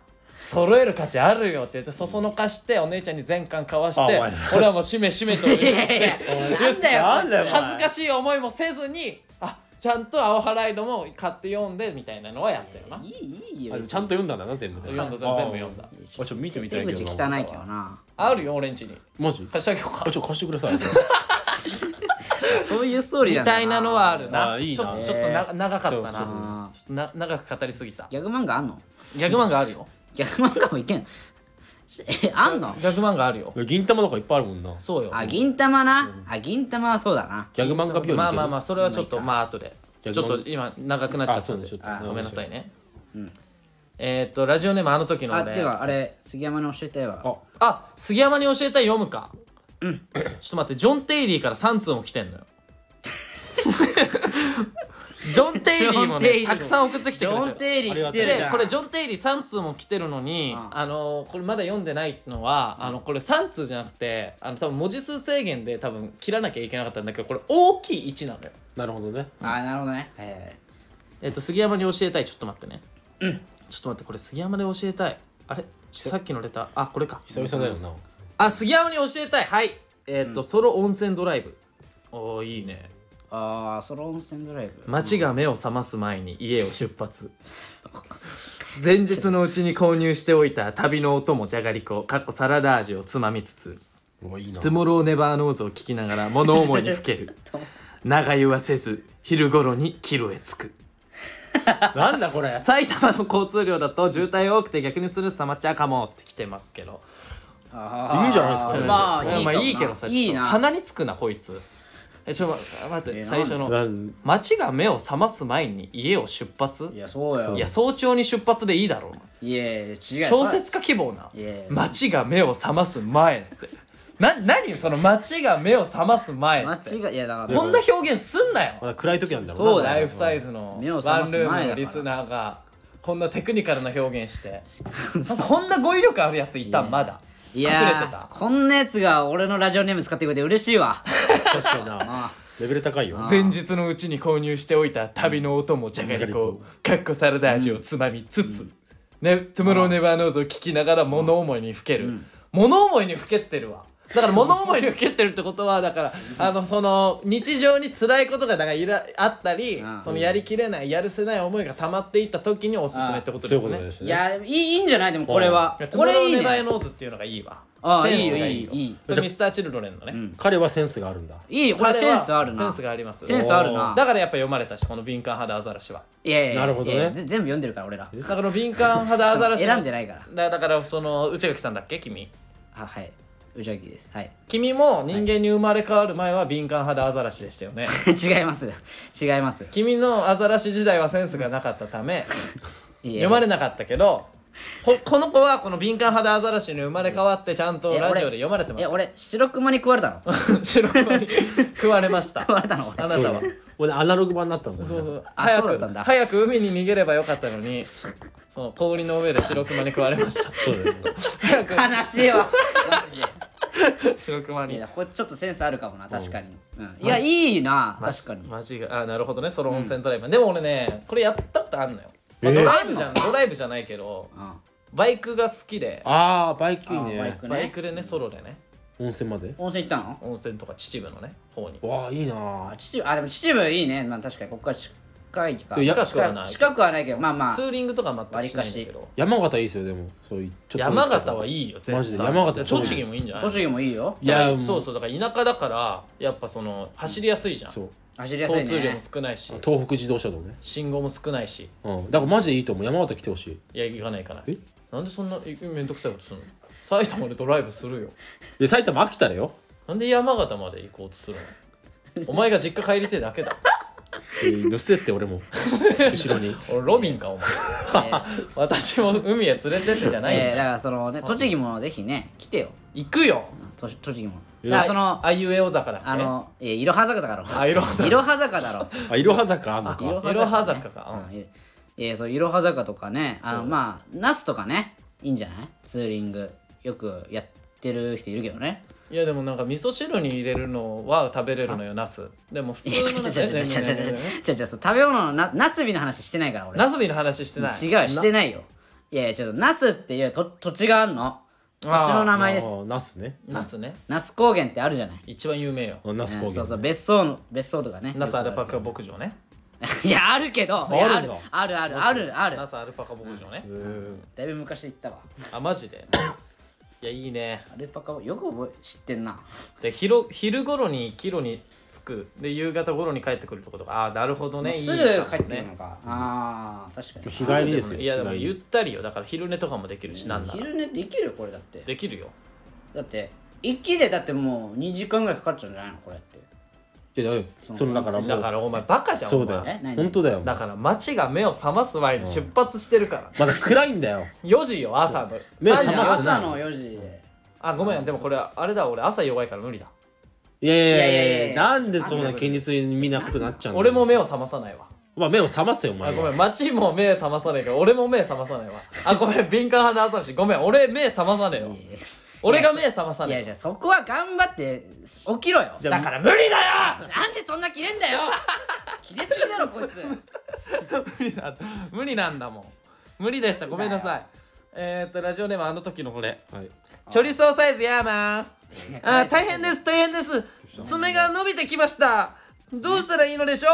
S2: 揃える価値あるよって言ってそそのかしてお姉ちゃんに全巻買わし
S3: あお
S2: て
S3: 前
S2: 俺はもうしめしめと 嬉しくて
S1: なんだよ
S3: なんだよお前
S2: 恥ずかしい思いもせずにあちゃんと「アオハライド」も買って読んでみたいなのはやったよない
S1: いいいよ
S3: あちゃんと読んだんだな全部
S2: そう読んだ全部読んだ
S3: あーあちょっと見てみた
S1: 手
S3: いけ
S1: 口
S3: ど
S1: 汚いけどな
S2: あるよ俺んちに
S3: マジ
S2: 貸してあげようか
S3: あちょっと貸してください
S1: そういうストーリー
S2: み
S1: なんだ
S2: たいなのはあるな。
S3: あーいいな
S2: ちょっとちょっとな長かった
S3: そうそう
S2: な。ちょっとな長く語りすぎた。
S1: ギャグ漫画あんの
S2: ギャグ漫画あるよ。
S1: ギャグ漫画もいけん えあんの
S2: ギャグ漫画あるよ。
S3: 銀玉とかいっぱいあるもんな
S2: そうよ。
S1: あ銀玉なあ銀玉はそうだな
S3: ギャグ漫画病
S2: まあまあまあ
S3: あ
S2: それはちょっとまあ後で。ちょ
S3: ギ
S2: っ
S3: ャグ漫画
S2: と今長くなっちゃったんで
S3: あそうだちょっと
S2: ごめんなさいね。えーっとラジオネームあの時の
S1: あ
S2: 俺
S1: て。かあれ杉山に教えては
S2: あ杉山に教えたい読むか。ちょっと待ってジョン・テイリーから3通も来て んのよ。ジョン・テイリーも
S1: ジョンテイリ
S2: ね
S1: ー
S2: たくさん送ってきて
S1: ジ
S2: くれてる
S1: ョン・テイリー来てるじ
S2: で
S1: ゃん
S2: これジョン・テイリー3通も来てるのに、あのこれまだ読んでないのはあのこれ3通じゃなくてあの多分文字数制限で多分切らなきゃいけなかったんだけどこれ大きい1なのよ。
S3: なるほどね
S1: あなるほどねえ
S2: えっと杉山に教えたいちょっと待ってね。ちょっと待ってこれ杉山で教えたい。あれちょさっきのレターあこれか。
S3: 久々だよな
S2: あ杉山に教えたいはいえっと、ソロ温泉ドライブ。おおいいね。
S1: ーあーソロ温泉ドライブ
S2: 街が目を覚ます前に家を出 発前日のうちに購入しておいた旅のお供じゃがりこかっこサラダ味をつまみつつ
S3: うわ
S2: 「
S3: いいな
S2: トゥモローネバーノーズ」を聞きながら物思いにふけ る長湯はせず昼頃に帰路へ着く
S3: なんだこれ
S2: 埼玉の交通量だと渋滞多くて逆にするさまっちゃかもって来てますけど
S1: あー
S3: いいんじゃないですか
S1: まあ
S2: いや
S1: いい
S2: まあ
S1: かもない
S2: いけどさちょっと
S1: いいな
S2: 鼻につくなこいつえちょっと待って
S1: え
S2: 最初の
S3: なん
S2: 街が目を覚ます前に家を出発
S1: いやそうよ
S2: いや早朝に出発でいいだろ
S1: いやいや違う
S2: う小説家希望ない
S1: やいや
S2: 街が目を覚ます前ってな何その街が目を覚ます前
S1: 間
S2: って
S1: 違いいやだから
S2: こんな表現すんなよ
S3: まだ暗い時なんだろ
S1: そうだ
S2: ラ
S1: よ
S2: イフサイズの
S1: 目を
S2: ワ
S1: 覚ま
S2: ン
S1: す前
S2: ル
S1: だから
S2: ームのリスナーがこんなテクニカルな表現して こんな語彙力あるやついたまだ
S1: い
S2: 隠れて
S1: やー
S2: た
S1: こんなやつが俺のラジオネーム使ってくれて嬉しい わ
S3: 確かになレベル高いよ
S2: 前日のうちに購入しておいた旅のお供じゃがりこかっこサラダ味をつまみつつ、ね、トゥムローネバーノーズを聞きながら物思いにふける、物思いにふけってるわだから物思いにふけってるってことはだからあのその日常に辛いことがなんかいらあったり
S1: うん
S2: そのやりきれないやるせない思いが溜まっていった時におすすめってこと
S3: そうい
S2: です
S3: うこと
S2: ね
S3: でし
S1: い
S3: ね
S1: やいいいいんじゃないでもこれはい
S2: やトゥ
S1: こ
S2: ムロー
S1: れいい
S2: ネバー
S1: ね
S2: ノーズっていうのがいいわ
S1: ああ
S2: センスがいいよ
S1: いいよいいいい
S2: これミスターチルドレンのね、
S3: 彼はセンスがあるんだ
S1: いいこれセンスあるな
S2: センスがあります
S1: センスあるな
S2: だからやっぱ読まれたしこの敏感肌アザラシはい
S1: やいやいや
S3: なるほどね
S1: いやいやぜ全部読んでるから俺ら
S2: だから敏感肌アザラシの
S1: 選んでないから
S2: だだからその内垣さんだっけ君
S1: あはい宇崎ですはい
S2: 君も人間に生まれ変わる前は敏感肌アザラシでし たよね
S1: 違います違います
S2: 君のアザラシ時代はセンスがなかったため
S1: 読
S2: 読まれなかったけどここの子はこの敏感肌アザラシに生まれ変わってちゃんとラジオで読まれてま
S1: え
S2: す
S1: 俺白熊に食われた の
S2: 白熊に食われまし た
S1: 食われたの俺
S2: あなたは
S3: 俺アナログ版になったんだよね
S2: そうそう
S1: あ
S2: 早
S1: そうだ
S2: く
S1: ったんだ
S2: 早く海に逃げればよかったのにその氷の上で白熊に食われました
S3: そうだよね
S2: 早く
S1: 悲し いわマジで
S2: 白熊
S1: い
S2: に
S1: やこれちょっとセンスあるかもな確かに、うん、いやいいな確かに
S2: マジがあなるほどねソロ温泉ドライブ、でも俺ねこれやったことあんのよ、まあ
S3: えー
S2: ドライブじゃんドライブじゃないけど
S1: うん
S2: バイクが好きで
S3: ああバイクいい
S1: あバイ
S3: ね
S1: ク
S2: バイ
S1: ね
S2: クでねソロでね
S3: 温泉まで
S1: 温泉行ったの
S2: 温泉とか秩父のね方に
S3: わあいいな
S1: あ秩父あでも秩父いいねまあ確かにここから近いか
S2: いや近くはない
S1: 近くはないけどまあまあ
S2: ツーリングとか全くしないんだけど
S3: 山形いいですよでもそういうちょっと
S2: 山形はいいよ
S3: マ
S2: 絶対
S3: ジで山形超いい
S2: 栃木もいいんじゃない
S1: 栃木もいいよ
S3: いやもう
S2: そうそうだから田舎だからやっぱその走りやすいじゃん、
S3: そう
S1: 走りやすいね
S2: 交通量も少ないし
S3: 東北自動車道ね
S2: 信号も少ないし
S3: うんだからマジでいいと思う山形来てほしい
S2: いや行かない行かない
S3: え
S2: なんでそんなえめんどくさいことするの埼玉でドライブするよ
S3: で埼玉飽きたらよ
S2: なんで山形まで行こうとするのお前が実家帰りてえだけだ
S3: えー乗せてって俺も後ろに
S2: 俺ロビンかお前 私も海へ連れてってじゃないよ、
S1: えーだからそのね栃木もぜひね来てよ
S2: 行くよ
S1: とし栃木も
S3: え
S1: だからその
S2: あいうえお坂だっけ
S1: あのえーいろは坂だろ
S2: あいろは坂
S1: いろは坂だろ
S3: あいろは坂あんの
S1: いろ
S3: か
S1: は坂ね
S2: いろは坂か
S1: うんいえーそういろは坂とかねあのまあ那須とかねいいんじゃないツーリングよくやってる人いるけどね
S2: いやでもなんか味噌汁に入れるのは食べれるのよナスでも普
S1: いや
S2: 通の
S1: 違う違う違う違う違う違う違う違う食べ物のなナスビの話してないから俺
S2: ナスビの話してない
S1: 違うしてないよいやいやちょっとナスっていうと土地があるの土地の名前です
S3: あーナスね。
S2: ナスね
S1: 那須高原ってあるじゃない
S2: 一番有名よ
S3: あナス高
S1: うんそうそう
S3: 原。
S1: 別荘の別荘とかね
S2: ナスアルパカ牧場ね
S1: いやあるけどいや
S3: あるんだ
S1: あるあるあるあるあ
S2: ナ
S1: る
S2: スアルパカ牧場ね
S1: だいぶ昔行ったわ
S2: あマジでいやいいね
S1: アルパカをよく覚え知ってんな
S2: で昼昼頃に帰路に着くで夕方頃に帰ってくるとことかああなるほどね
S1: すぐ
S2: いいね
S1: 帰ってくるのかああ確かに
S3: 日帰りですよ。
S2: いやでも
S3: 日帰
S2: ゆ
S3: り
S2: ったりよだから昼寝とかもできるしなんなら
S1: 昼寝できるこれだって
S2: できるよ
S1: だって息でだってもう2時間ぐらいかかっちゃうんじゃないのこれって
S3: いやだからそのだからも
S2: だ
S3: う
S2: からお前バカじゃん
S3: そうだよ
S2: お前
S1: え何
S3: 本当だよ
S2: だから街が目を覚ます前に出発してるから
S3: まだ暗いんだよ
S2: 4時よ朝の
S3: 目
S2: 3
S3: 覚
S2: 時
S3: ましてない
S1: 朝の4時で
S2: あごめんでもこれあれだ俺朝弱いから無理だ
S3: いやいやいや
S1: い
S3: い
S1: や
S3: や
S1: いやいや
S3: なんでそんな堅実にみんなことになっちゃうの
S2: 俺も目を覚まさないわ
S3: まあ目を覚ませよお前
S2: あ
S3: は
S2: ごめん街も目覚まさないから俺も目覚まさないわあごめん敏感派の朝だしごめん俺目覚まさねえよ俺が目覚まさ
S1: い
S2: ね
S1: や
S2: え
S1: いやそこは頑張って起きろよ
S3: じゃあ
S2: だから無理だ
S1: なんでそんな切れんだ よ切れすぎだろこいつ
S2: よ無理なんだ無理なんだもん無理でしたごめんなさいえー、っとラジオネームあの時のこれ
S3: はい
S2: チョリソーサイズヤーマンあー大変です大変です爪が伸びてきましたどうしたらいいのでしょう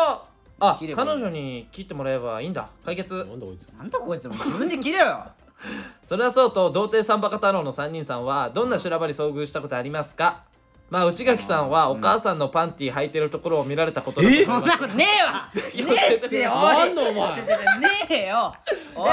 S2: あ
S1: 切ればいい
S2: 彼女に切ってもらえばいいんだ解決
S3: なんだこいつ
S1: なんだこいつもう自分で切れ よ
S2: それはそうと童貞サンバカ太郎の3人さんはどんな修羅場に遭遇したことありますかまあ内垣さんはお母さんのパンティ履いてるところを見られたことだと思い
S1: そん
S2: ます
S1: なことねえわ
S2: 教えてください
S1: ねえっておい
S3: なんだお
S1: ち
S3: 前
S1: ょちょちょねえよおい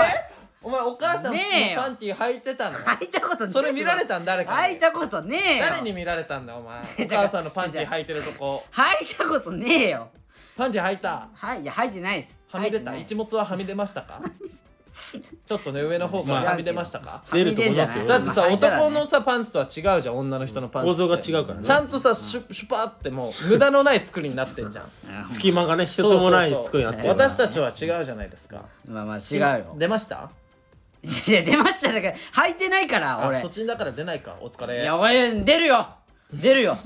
S2: お前お母さんの
S1: ねえよ
S2: パンティ履いてたの
S1: 開いたことねえわ
S2: それ見られたん誰かに
S1: 開いたことねえよ
S2: 誰に見られたんだお前
S1: だ
S2: お
S1: から
S2: 母さんのパンティ履いてるとこ
S1: 履いたことねえよ
S2: パンティ履いた
S1: はいいや履いてないです
S2: はみ出た
S1: 履い
S2: 一
S1: て
S2: 物ははみ出ましたかちょっとね上の方からはみ出ましたか
S1: ない
S3: 出ると思いますよ
S2: だ
S3: まあ
S2: ってさ男のさパンツとは違うじゃん女の人のパンツ
S3: 構造が
S2: う
S3: 違うから
S2: ちゃ
S3: ね
S2: んとさシュシュパーってもう無駄のない作りになってんじゃん
S3: 隙間がね一つもない
S2: そうそうそう
S3: 作りになってるから
S2: 私たちは違うじゃないですか
S1: まあまあ違う よ
S2: 出ました
S1: いや出ましただから履いてないから
S2: あ
S1: 俺
S2: そっちだから出ないかお疲
S1: い
S2: れ
S1: や俺出るよ出るよ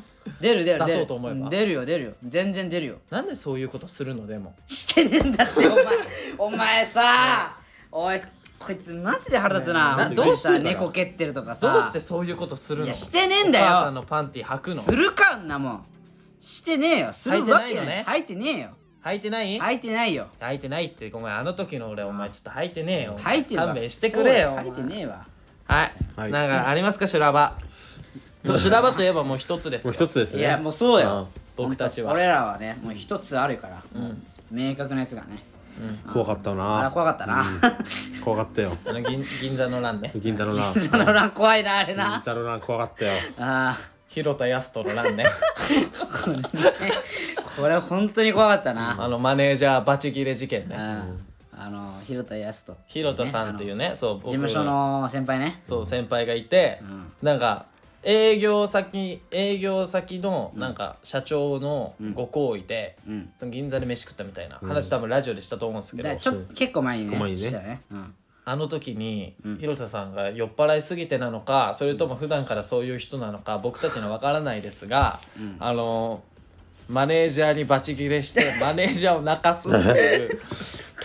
S1: 出る出る出る
S2: 出そうと思えば
S1: 出るよ出るよ全然出るよ
S2: なんでそういうことするのでも
S1: してねえんだってお 前お前さおいこいつマジで腹立つな
S2: ねえ
S1: 本当に
S2: どうしてんだ
S1: さ猫蹴ってるとかさ
S2: どうしてそういうことするの
S1: いやしてねえんだよ
S2: お母さんのパンティ履くの
S1: するかあんなもんしてねえよするわけない履いてねえよ
S2: 履いてない
S1: 履いてないよ
S2: 履いてないってごめんあの時の俺お前ちょっと履いてねえよ
S1: 履いてるわ
S2: 勘弁してくれよお
S1: そうだ
S2: 前
S1: 履いてねえわ
S2: はい、
S3: はい
S2: なんかありますか修羅場もう修羅場といえばもう一つです
S3: も
S2: よ
S3: う一つです
S1: い
S3: ね
S1: やもうそうよ
S2: 僕たちは
S1: 俺らはねもう一つあるから明確なやつがね
S3: うん怖かった
S1: あら
S3: な
S1: 怖かったな
S3: 怖かったよ
S2: あの銀銀座の欄ね
S3: 銀座のな 銀
S1: そのラン怖いなあれな
S3: 座のな怖かったよ
S1: あ
S2: 広田康人の欄ね
S1: ーこれ本当に怖かったな
S2: あのマネージャーバチギレ事件
S1: う
S2: ね
S1: んあの広田康人っていうね
S2: 広田さんっていうねそう
S1: あ
S2: 僕
S1: の事務所の先輩ね
S2: そう先輩がいて、なんか営業先営業先のなんか社長のご好意で、
S1: ん
S2: その銀座で飯食ったみたいな話、多分ラジオでしたと思うんですけ
S1: だ
S2: ど
S1: からちょっと結構前に
S3: 結構前
S1: ね
S3: にね
S1: したよねうん
S2: あの時に、広田さんが酔っ払いすぎてなのかそれとも普段からそういう人なのか僕たちには分からないですが、あのマネージャーにバチギレしてマネージャーを泣かすっていう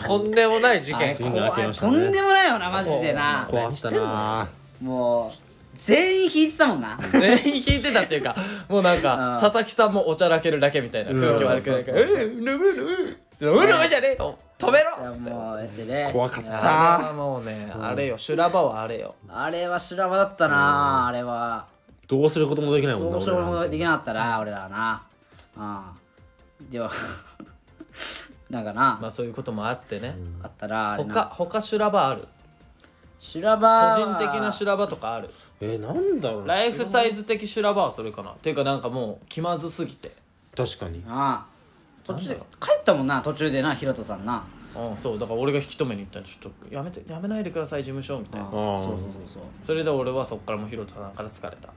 S2: とんでもない事
S1: あれ
S2: 件
S3: が明け
S1: 怖
S3: ま
S1: い
S3: した
S1: と
S3: ね
S1: んでもないよなマジでな
S3: 怖かったな
S1: もう全員引いてたもんな
S2: 全員引いてたっていうかもうなんか
S1: うん
S2: 佐々木さんもおちゃらけるだけみたいな空気悪くないから「うううううううじゃねえよ止めろ!」
S1: もうやってね
S3: 怖かった
S2: あれはもうねあれよ修羅場はあれよ
S1: あれは修羅場だったなあれは
S3: どうすることもできないもんな
S1: どうしよう
S3: 俺
S1: も
S3: ら
S1: できなかったな俺らはなうんでは なんかな
S2: まあそういうこともあってね
S1: あったらあれな
S2: 他他修羅場ある
S1: 修羅場
S2: 個人的な修羅場とかある
S3: えなんだろう
S2: ライフサイズ的修羅場はそれかなっていうかなんかもう気まずすぎて
S3: 確かに
S1: ああ途中で帰ったもんな途中でなひろとさんな
S2: うんそうだから俺が引き止めに行ったらちょっとやめてやめないでください事務所みたいな
S1: あ
S3: あ
S1: そうそうそうそう
S2: それで俺はそこからもう広田さんから好かれた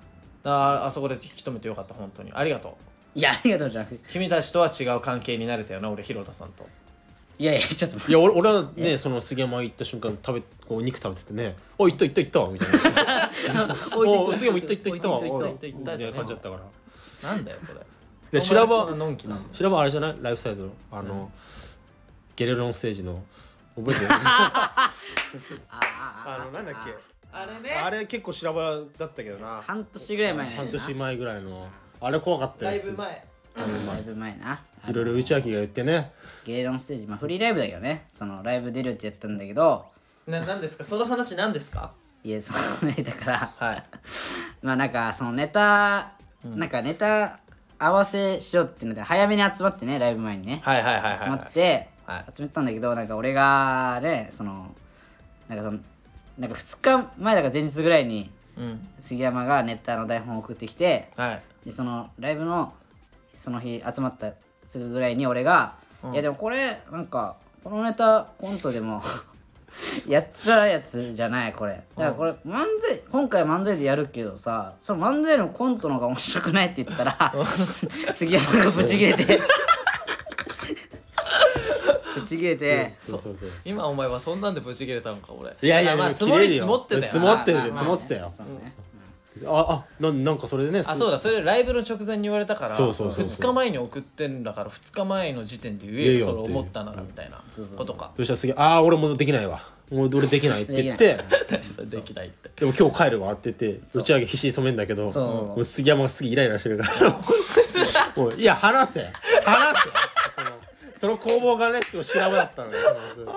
S2: ああそこで引き止めてよかった本当にありがとう
S1: いやありがとうじゃなくて
S2: 君たちとは違う関係になれたよな俺広田さんと
S1: いやいやちょっと待
S3: いや俺俺はねその杉山行った瞬間食べこう肉食べててね「おい行った行った行った」みたいなおおすげえもういったいったいった
S2: いったいったいったいった
S3: みたいな感じだったから
S2: なんだよそれ
S3: で白場
S2: のんきなんだよ
S3: 白場あれじゃないライフサイズのあの、ゲレロンステージの覚 えてるあのなんだっけ
S2: あれ
S3: あれ結構白場だったけどな
S1: 半年ぐらい前
S3: 半年前ぐらいのあれ怖かった
S2: だ
S3: や
S2: い
S3: つ
S2: ぶ前
S1: だいぶ前ない
S3: ろいろ内秋が言ってね
S1: ゲイロンステージまあフリーライブだけどねそのライブ出るってやったんだけど
S2: ななんですかその話なんですか
S1: いやそのねだから
S2: はい
S1: まあなんかそのネタ、なんかネタ合わせしようっていうので早めに集まってねライブ前にね、
S2: はいはいはい
S1: 集まっ
S2: は
S1: て、
S2: はい
S1: 集めたんだけどなんか俺がねそのなんかそのなんか2日前だから前日ぐらいに
S2: いうん
S1: 杉山がネタの台本を送ってきて
S2: はい
S1: でそのライブのその日集まったすぐぐらいに俺が「いやでもこれなんかこのネタコントでも やってたやつじゃないこれだからこれ漫才今回漫才でやるけどさその漫才のコントの方が面白くない?」って言ったら杉山がブチ切れ てブチ切れて
S3: そうそうそう
S2: 今お前はそんなんでぶち切れたのか俺
S3: いやい
S2: あ
S3: や、
S2: まあ
S3: でも
S2: 積もり
S3: 切れる
S2: 積もってたよ
S3: 積
S2: な
S3: もって
S1: まあ
S3: る
S1: まあ
S3: 積もってたよ
S1: そうね
S3: ああななんかそれでね
S2: あそうだそれライブの直前に言われたから
S3: そうそうそうそう
S2: 2日前に送ってんだから2日前の時点で言え
S3: 言え
S2: よ
S3: よ
S2: それ
S3: っていう
S2: 思ったならみたいなことか
S3: そしたらすげえああ俺もうできないわもう俺できないって言って
S2: 大したできないって
S3: でも今日帰るわって言って打ち上げ必死に染めんだけど
S1: そう
S3: もう杉山がすげえイライラしてるから もういや話せ話せそのその攻防がね今日調べだったのよ
S2: ああそんなこ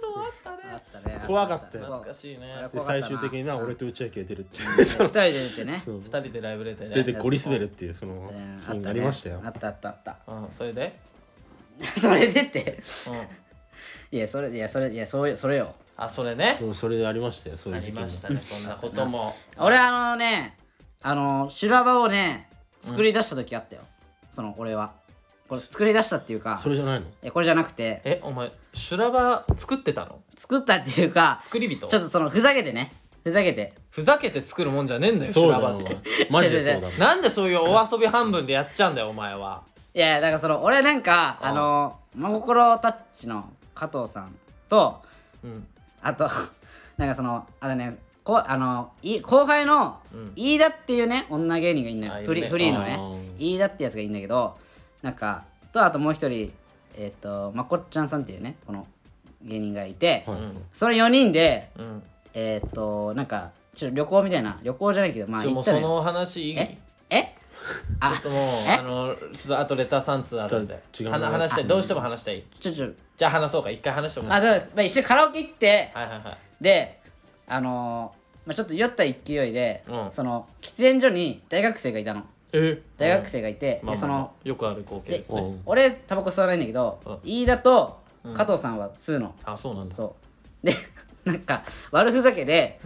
S2: ともあったね
S1: あったね
S3: 怖かったよ
S2: 懐かしいね
S3: で
S1: 怖かった
S3: 最
S1: な
S3: 終的にな俺と打ち上げが出るっていうそ
S1: 二
S3: の
S1: 人で出てね
S3: そう
S2: 2人でライブ出てね
S3: 出てゴリ滑るっていうその
S1: うんあっ
S3: シ
S1: た
S3: ーン
S1: ね
S3: になりましたよ
S1: あったあったあった
S2: うんそれで
S1: それでって
S2: うん
S1: いやそれいやそれいやそうそれよ
S2: あそれね
S3: そうそれでありましたよそうい
S2: あ
S3: う
S2: り
S3: 事件
S2: ま
S3: が
S2: したねそんなことも
S1: 俺あのねあの修羅場をね作り出した時あったよ、その俺はこれ作り出したっていうか
S3: それじゃないの
S1: えこれじゃなくて
S2: えお前修羅場作ってたの
S1: 作ったっていうか
S2: 作り人
S1: ちょっとそのふざけてねふざけて
S2: ふざけて作るもんじゃねえんだよ
S3: そ
S2: 修
S3: う
S2: 羅
S3: だ
S2: 場
S3: よ
S2: っ
S3: お
S2: て
S3: 前マジ でそうだもん
S2: なんでそういうお遊び半分でやっちゃうんだよお前はい
S1: やだからその俺なんかあの真心タッチの加藤さんと
S2: うん
S1: あと なんかそのあとねこあのい後輩の飯田っていうね女芸人がいんのよ、
S2: あいるね
S1: フリフリーの
S3: あ
S1: ね
S3: ー
S1: 飯田ってやつがいんだけどなんかとあともう一人えっ、とまこっちゃんさんっていうねこの芸人がいて、
S3: はい
S1: その4人で
S2: うん
S1: えっ、となんかちょっと旅行みたいな旅行じゃないけどまあ
S2: ちょも
S1: 行
S2: う
S1: った
S2: そ
S1: のよ
S2: の話いい
S1: ええ
S2: ちょっともう
S1: え
S2: あのちょっとあとレター3通あるんで
S3: ちょ違う
S2: はな話したいどうしても話したい
S1: ちょちょ
S2: じゃあ話そうか一回話してもら
S1: あ
S2: う
S1: そう、まあ、一緒にカラオケ行って
S2: はいはいはい
S1: であのーまあ、ちょっと酔った勢いで、
S2: うん
S1: その喫煙所に大学生がいたの
S2: え
S1: 大学生がいて、
S2: まあ
S1: でそ
S2: まあま
S1: の
S2: あよくある光景
S1: で
S2: ですね
S3: うん
S1: 俺タバコ吸わないんだけど、
S2: うん
S1: 飯田と加藤さんは吸うの、
S2: あそうなんだ
S1: そうで なんか悪ふざけで、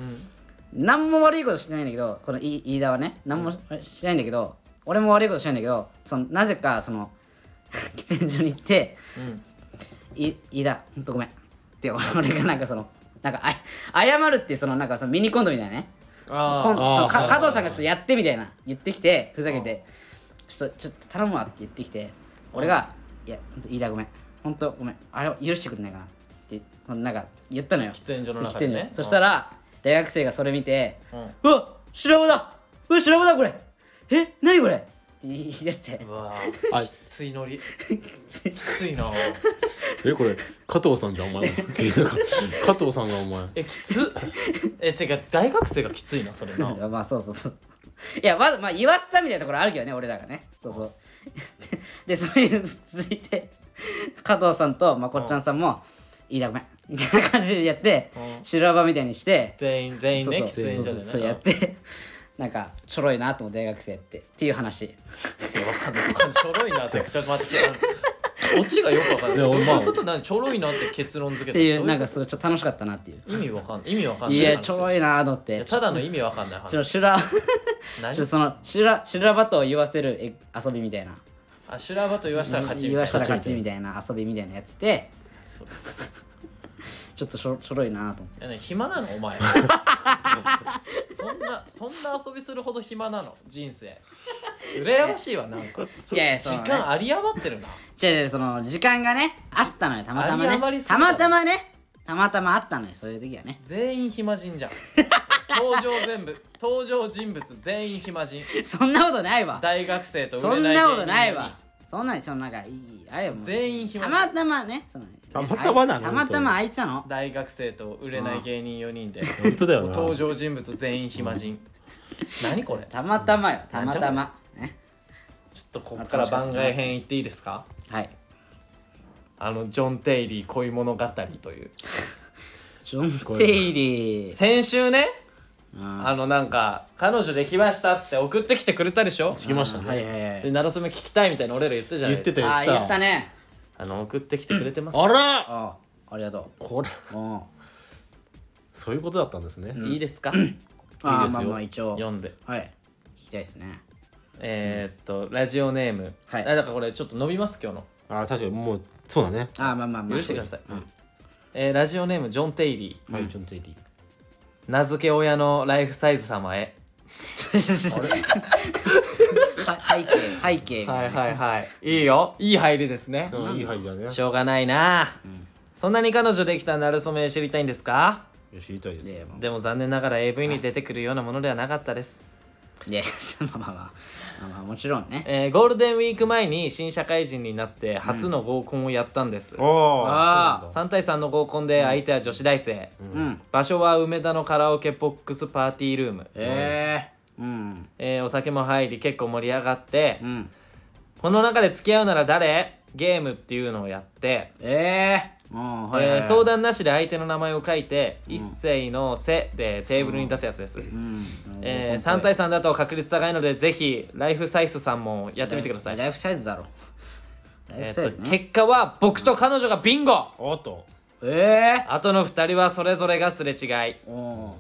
S1: 何も悪いことしてないんだけどこのい飯田はね何もしてないんだけど、俺も悪いことしてないんだけどそのなぜかその 喫煙所に行って
S2: うん
S1: い飯田ほんとごめんって俺がなんかそのなんかあ謝るっていうそのなんかそのミニコントみたいなね
S2: あ
S1: コン
S2: ー
S1: その
S3: あ
S1: か
S3: ー
S1: 加藤さんがちょっとやってみたいな言ってきてふざけてちょっとちょっと頼むわって言ってきて俺が「いやほんと飯田ごめんほんとごめんあれを許してくれないかな」ってほんとなんか言ったのよ
S2: 喫煙所の中でね
S1: 喫煙
S2: うん
S1: 所そしたら大学生がそれ見て
S2: う
S1: 「うわ白場だうわ白場だこれえ何これ?」って言い出して
S2: んうわ
S3: あ
S2: ーきつ いノリきついな
S3: えこれ加藤さんじゃんお前加藤さんがお前
S2: えきつえてか大学生がきついなそれな
S1: なんか まあそうそうそう。いやまずまあ言わせたみたいなところあるけどね俺らがねそうそう でそれに続いて加藤さんとまこっちゃんさんも「いいだごめん」みたいな感じでやって
S2: うん
S1: 修羅場みたいにして
S2: 全員全員
S1: そう
S2: ね
S1: そう
S2: 喫
S1: そう
S2: 煙
S1: そ
S2: 所で
S1: う
S2: ね
S1: そうやって なんかちょろいなと思って大学生ってっていう話
S2: いやわかんないわかんないちょろいなってちょっと待ってあのオチがよくわかんない
S3: い
S2: ど
S3: や
S2: う
S3: まあ
S2: いうことなんちょろいなって結論付け
S1: ってていう
S2: ど
S1: なんかすごいちょっと楽しかったなっていう
S2: 意味わかんない意味わかんない
S1: いやちょ
S2: い
S1: ろいなと思っ
S2: や
S1: てちょ
S2: ただの意味わかんない話
S1: っと修羅
S2: 何
S1: ちょっとその修羅修羅場と言わせるえ遊びみたいな
S2: あ修羅場と言わしたら勝ちみ
S1: 言
S2: たい
S1: わ
S2: な
S1: したら勝ちみたいな遊びみたいなやつで
S2: そう
S1: ちょっとしょしょろいなと思って
S2: いやね暇なの お前そんなそんな遊びするほど暇なの人生羨ましいわなんか
S1: いやいや
S2: 時
S1: そう、ね、
S2: 間有り余ってるな
S1: 違う違うその時間がねあったのよたまたま
S2: あり余り
S1: ね
S2: すぎ
S1: た
S2: た
S1: またまねたまたまあったのよそういう時はね
S2: 全員暇人じゃん登場全部登場人物全員暇人
S1: そんなことないわ
S2: 大学生と
S1: そ
S2: 売れ
S1: ん
S2: ない芸人
S1: なことないわそんなにそのなんかいいあれよもう
S2: 全員暇
S1: たまたまねそのね
S3: たまたまなの
S1: あいたまたま空いてたの
S2: 大学生と売れない芸人4人で
S3: 本当だよな
S2: 登場人物全員暇人何これちょ
S1: たまたまよたまた
S2: な
S1: まね
S2: っとここから番外編行っていいですか
S1: はい
S2: あのジョン・テイリー恋物語という
S1: ジョン・テイリー
S2: 先週ね
S1: あ
S2: あのなんか彼女できましたって送ってきてくれたでしょ
S3: 聞きました
S1: はい
S3: ね
S1: はいはい
S2: で「なろそめ聞きたい」みたいな俺ら言ったじゃない
S3: 言って
S2: ですか
S3: た
S1: あー言
S3: や
S1: っ
S3: つさ
S1: たね
S2: あの送ってきてくれてます
S3: あら
S1: ああありがと
S3: これ
S1: ううん
S3: そういうことだったんですね
S2: いいですか
S1: あ
S3: いいですよ
S1: ーまあまあ一応
S2: 読んで
S1: はい聞きたいですね
S2: えー、っとラジオネーム
S1: はい
S2: あだからこれちょっと伸びます今日
S3: あー確かにもうそうだね
S1: あーまあまあま
S2: の
S1: あ
S2: 許してく ださい、えーラジオネームジョン・テイリー
S3: はいちょっといい
S2: 名付け親のライフサイズ様へ
S1: は背景背景
S2: はいはいはい いいよいい入りですね、
S3: うんいい範囲だね
S2: しょうがないなあ、そんなに彼女できたなるそめ知りたいんですか
S3: いや知りたいです
S1: で
S3: ね
S1: も
S2: でも残念ながら AV に出てくるようなものではなかったです、
S1: で まあまあまあまあまあもちろんね
S2: えーゴールデンウィーク前に新社会人になって初の合コンをやったんです、
S3: ああ
S2: 3対3の合コンで相手は女子大生、
S1: うん
S2: 場所は梅田のカラオケボックスパーティールーム、
S1: ええうん
S2: えーお酒も入り結構盛り上がって、
S1: うん
S2: この中で付き合うなら誰ゲームっていうのをやって、
S1: ええうんはいはい
S2: えー相談なしで相手の名前を書いて、一斉の「せ」でテーブルに出すやつです、
S1: うん
S2: えー3対3だと確率高いのでぜひライフサイズさんもやってみてください、
S1: ライフサイズだろライ
S2: え
S1: フ
S2: ー
S1: サイズ
S2: と
S1: ね
S2: 結果は僕と彼女がビンゴ
S3: おっと
S1: ええ
S2: あとの2人はそれぞれがすれ違い、
S1: うん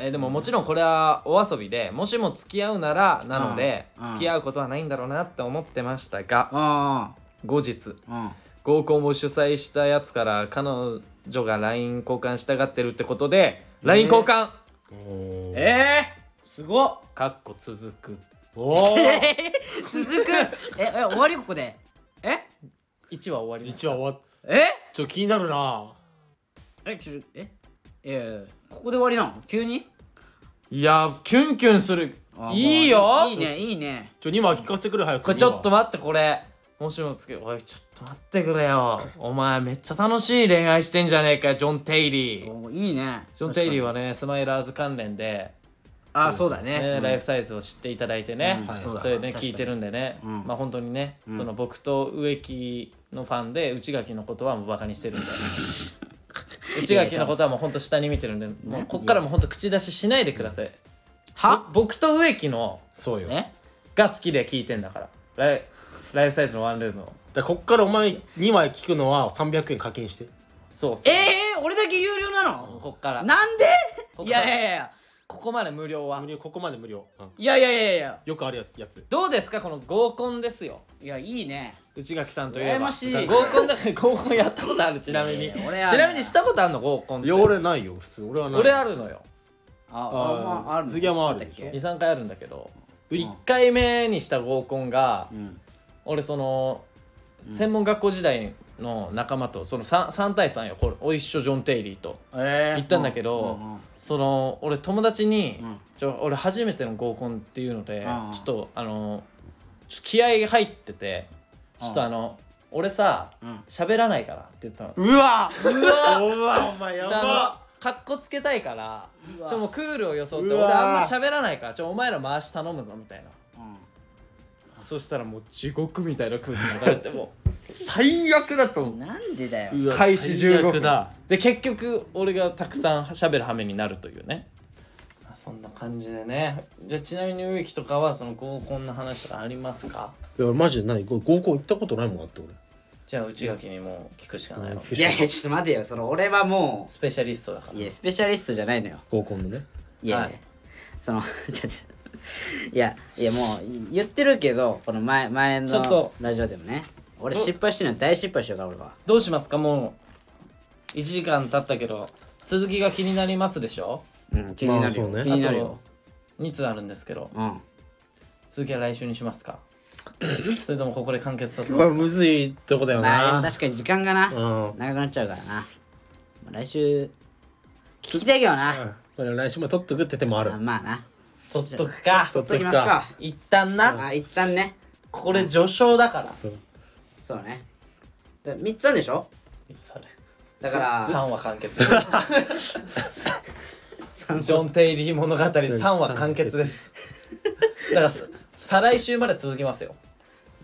S2: えーでももちろんこれはお遊びでもしも付き合うならなので
S1: うんうん
S2: 付き合うことはないんだろうなって思ってましたが
S1: あ
S2: 後日
S1: あうん
S2: 合コンを主催したやつから彼女が LINE 交換したがってるってことで LINE 交換
S3: おー
S1: ええすごっ
S2: かっこ続く
S3: おー
S1: 続く ええ終わりここでえ
S2: 1話終わりました
S3: 一話終わっ
S1: え
S3: ちょ気になるな
S1: えちょえいやいやここで終わりなの急に
S2: いやーキュンキュンする
S1: あー
S2: いいよ
S1: いいねいいね
S3: ちょ2話聞かせてくれ早く
S2: これちょっと待ってこれもしもつけおいちょっと待ってくれよお前めっちゃ楽しい恋愛してんじゃねえかよジョン・テイリー
S1: おいいね
S2: ジョン・テイリーはねスマイラーズ関連で、
S1: あそうだ
S2: ね
S1: ねうん
S2: ライフサイズを知っていただいてね、
S1: うんはい
S2: そ
S1: そうだ
S2: れ
S1: 確
S2: ね
S1: かに
S2: 聞いてるんでね、
S1: ん
S2: まあ本当にね、その僕と植木のファンで内垣のことはもうバカ にしてるんで内垣のことはもう本当下に見てるんでもうこっからもう本当口出ししないでください
S1: は
S2: ぼ僕と植木の
S3: そうよだか
S1: え
S2: が好きで聞いてんだからライライフサイズのワンルームを
S3: らこっからお前2話聞くのは300円課金して
S2: そうそう
S1: えー、俺だけ有料なの
S2: こっから
S1: なんで
S2: こ
S1: い
S2: か
S1: や
S2: ら
S1: いやいや
S2: ここまで無料は
S3: 無料ここまで無料、うん
S1: いやいやいやいや
S3: よくあるややつ
S2: どうですかこの合コンですよ
S1: いやいいね
S2: 内垣さんといえ
S1: 羨
S2: ば
S1: ましい
S2: 合コンだから合コンやったことあるちなみ
S1: い
S2: に
S1: やいや俺は
S2: ちなみにしたことあるの合コンっ
S3: い
S2: て
S3: や俺ないよ普通俺はない
S2: 俺あるのよ
S1: あ
S3: あー
S1: まあある
S3: 杉山はある
S1: だっ
S3: でし
S1: け
S3: ょ
S2: 23回あるんだけど1回目にした合コンが
S1: うん
S2: 俺その専門学校時代の仲間とその 3, 3対3よこれお一緒ジョン・テイリーと
S1: えー
S2: 行ったんだけど、
S1: うんうんうん
S2: その俺友達に、
S1: うん
S2: ちょ俺初めての合コンっていうので、
S1: うんうん
S2: ちょっとあのちょっと気合入っててちょっとあの、俺さ
S1: ん
S2: 喋、らないからって言ったの。
S3: うわうわうわお前や
S2: じゃあ
S3: ば
S2: あのかっこつけたいから
S1: う
S2: ちょ
S1: わ
S2: っともうクールを装って
S3: うわ
S2: 俺あんま喋らないからちょお前ら回し頼むぞみたいな
S1: うん
S2: そしたらもう地獄みたいな空気流れてもう最悪だと思う
S1: なんでだよ
S3: うわ
S2: 開始
S3: 最
S2: 15
S3: 悪
S2: 分
S3: だ
S2: で結局俺がたくさん喋る羽目になるというねまあそんな感じでねじゃあちなみに植木とかはその合コンの話とかありますか
S3: いやマジでない合コン行ったことないもんだって
S2: じゃあ内垣にもう聞くしかないの
S3: 俺
S1: いやいやちょっと待てよその俺はも
S2: スペシャリストだか
S1: う
S2: ら
S1: いやスペシャリストじゃないのよ
S3: 合コンのね
S1: いやいや、
S2: はい
S1: その ちょちょい やいやもう言ってるけどこの前前
S2: ちょっと
S1: のラジオでもね俺失敗してるの大失敗してるから俺は
S2: どうしますかもう1時間経ったけど続きが気になりますでしょ
S1: うん気になるよ、
S3: まあそうね
S1: 気になるよ
S2: 2通あるんですけど
S1: うん
S2: 続きは来週にしま すかそれともここで完結させ
S3: こ
S2: ま
S3: れ
S2: すか
S3: むずいとこだよ
S1: まあで
S3: な
S1: も確かに時 間がな、
S3: うん
S1: 長くなっちゃうからなまあ来週聞きたいけどな、
S3: うんこれ来週も取っとくって手もある
S1: あまあな
S2: 取っとくか
S1: 取っときますか
S2: 一旦な
S1: あ一旦ね
S2: これ序章だから
S3: そう
S1: そうねで3つあるでしょ
S2: いつある
S1: だから
S2: 3話完結ジョン・テイリー物語3話完結ですだからさ再来週まで続きますよ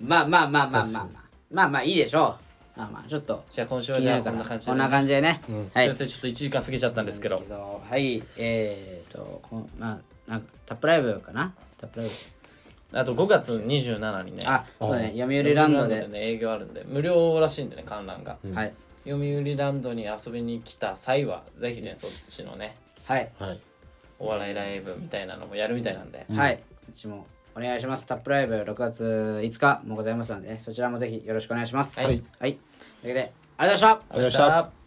S1: まあまあまあまあまあまあまあまあいいでしょうまあまあちょっと
S2: じゃあ今週
S1: 気
S2: は
S1: に
S2: じ
S1: な
S2: ゃあ
S1: る
S2: こ
S1: か
S2: ん
S1: らこ
S2: な感じで
S1: んな感じでねはい
S2: 先生ちょっと1時間過ぎちゃったんですけど
S1: はいえーとこんまあなんかタップライブかなタップライブ
S2: あと5月27にね
S1: あそうね読売ランド
S2: 読売
S1: で
S2: ね営業あるんで無料らしいんでね観覧が、
S1: はい
S2: 読売ランドに遊びに来た際はぜひねそっちのね
S1: はい
S3: はい
S2: お笑いライブみたいなのもやるみたいなんで、
S1: はいうちもお願いしますタップライブ6月5日もございますのでそちらもぜひよろしくお願いします
S2: はい
S1: はいというわけでありがとうございました
S2: ありがとうございました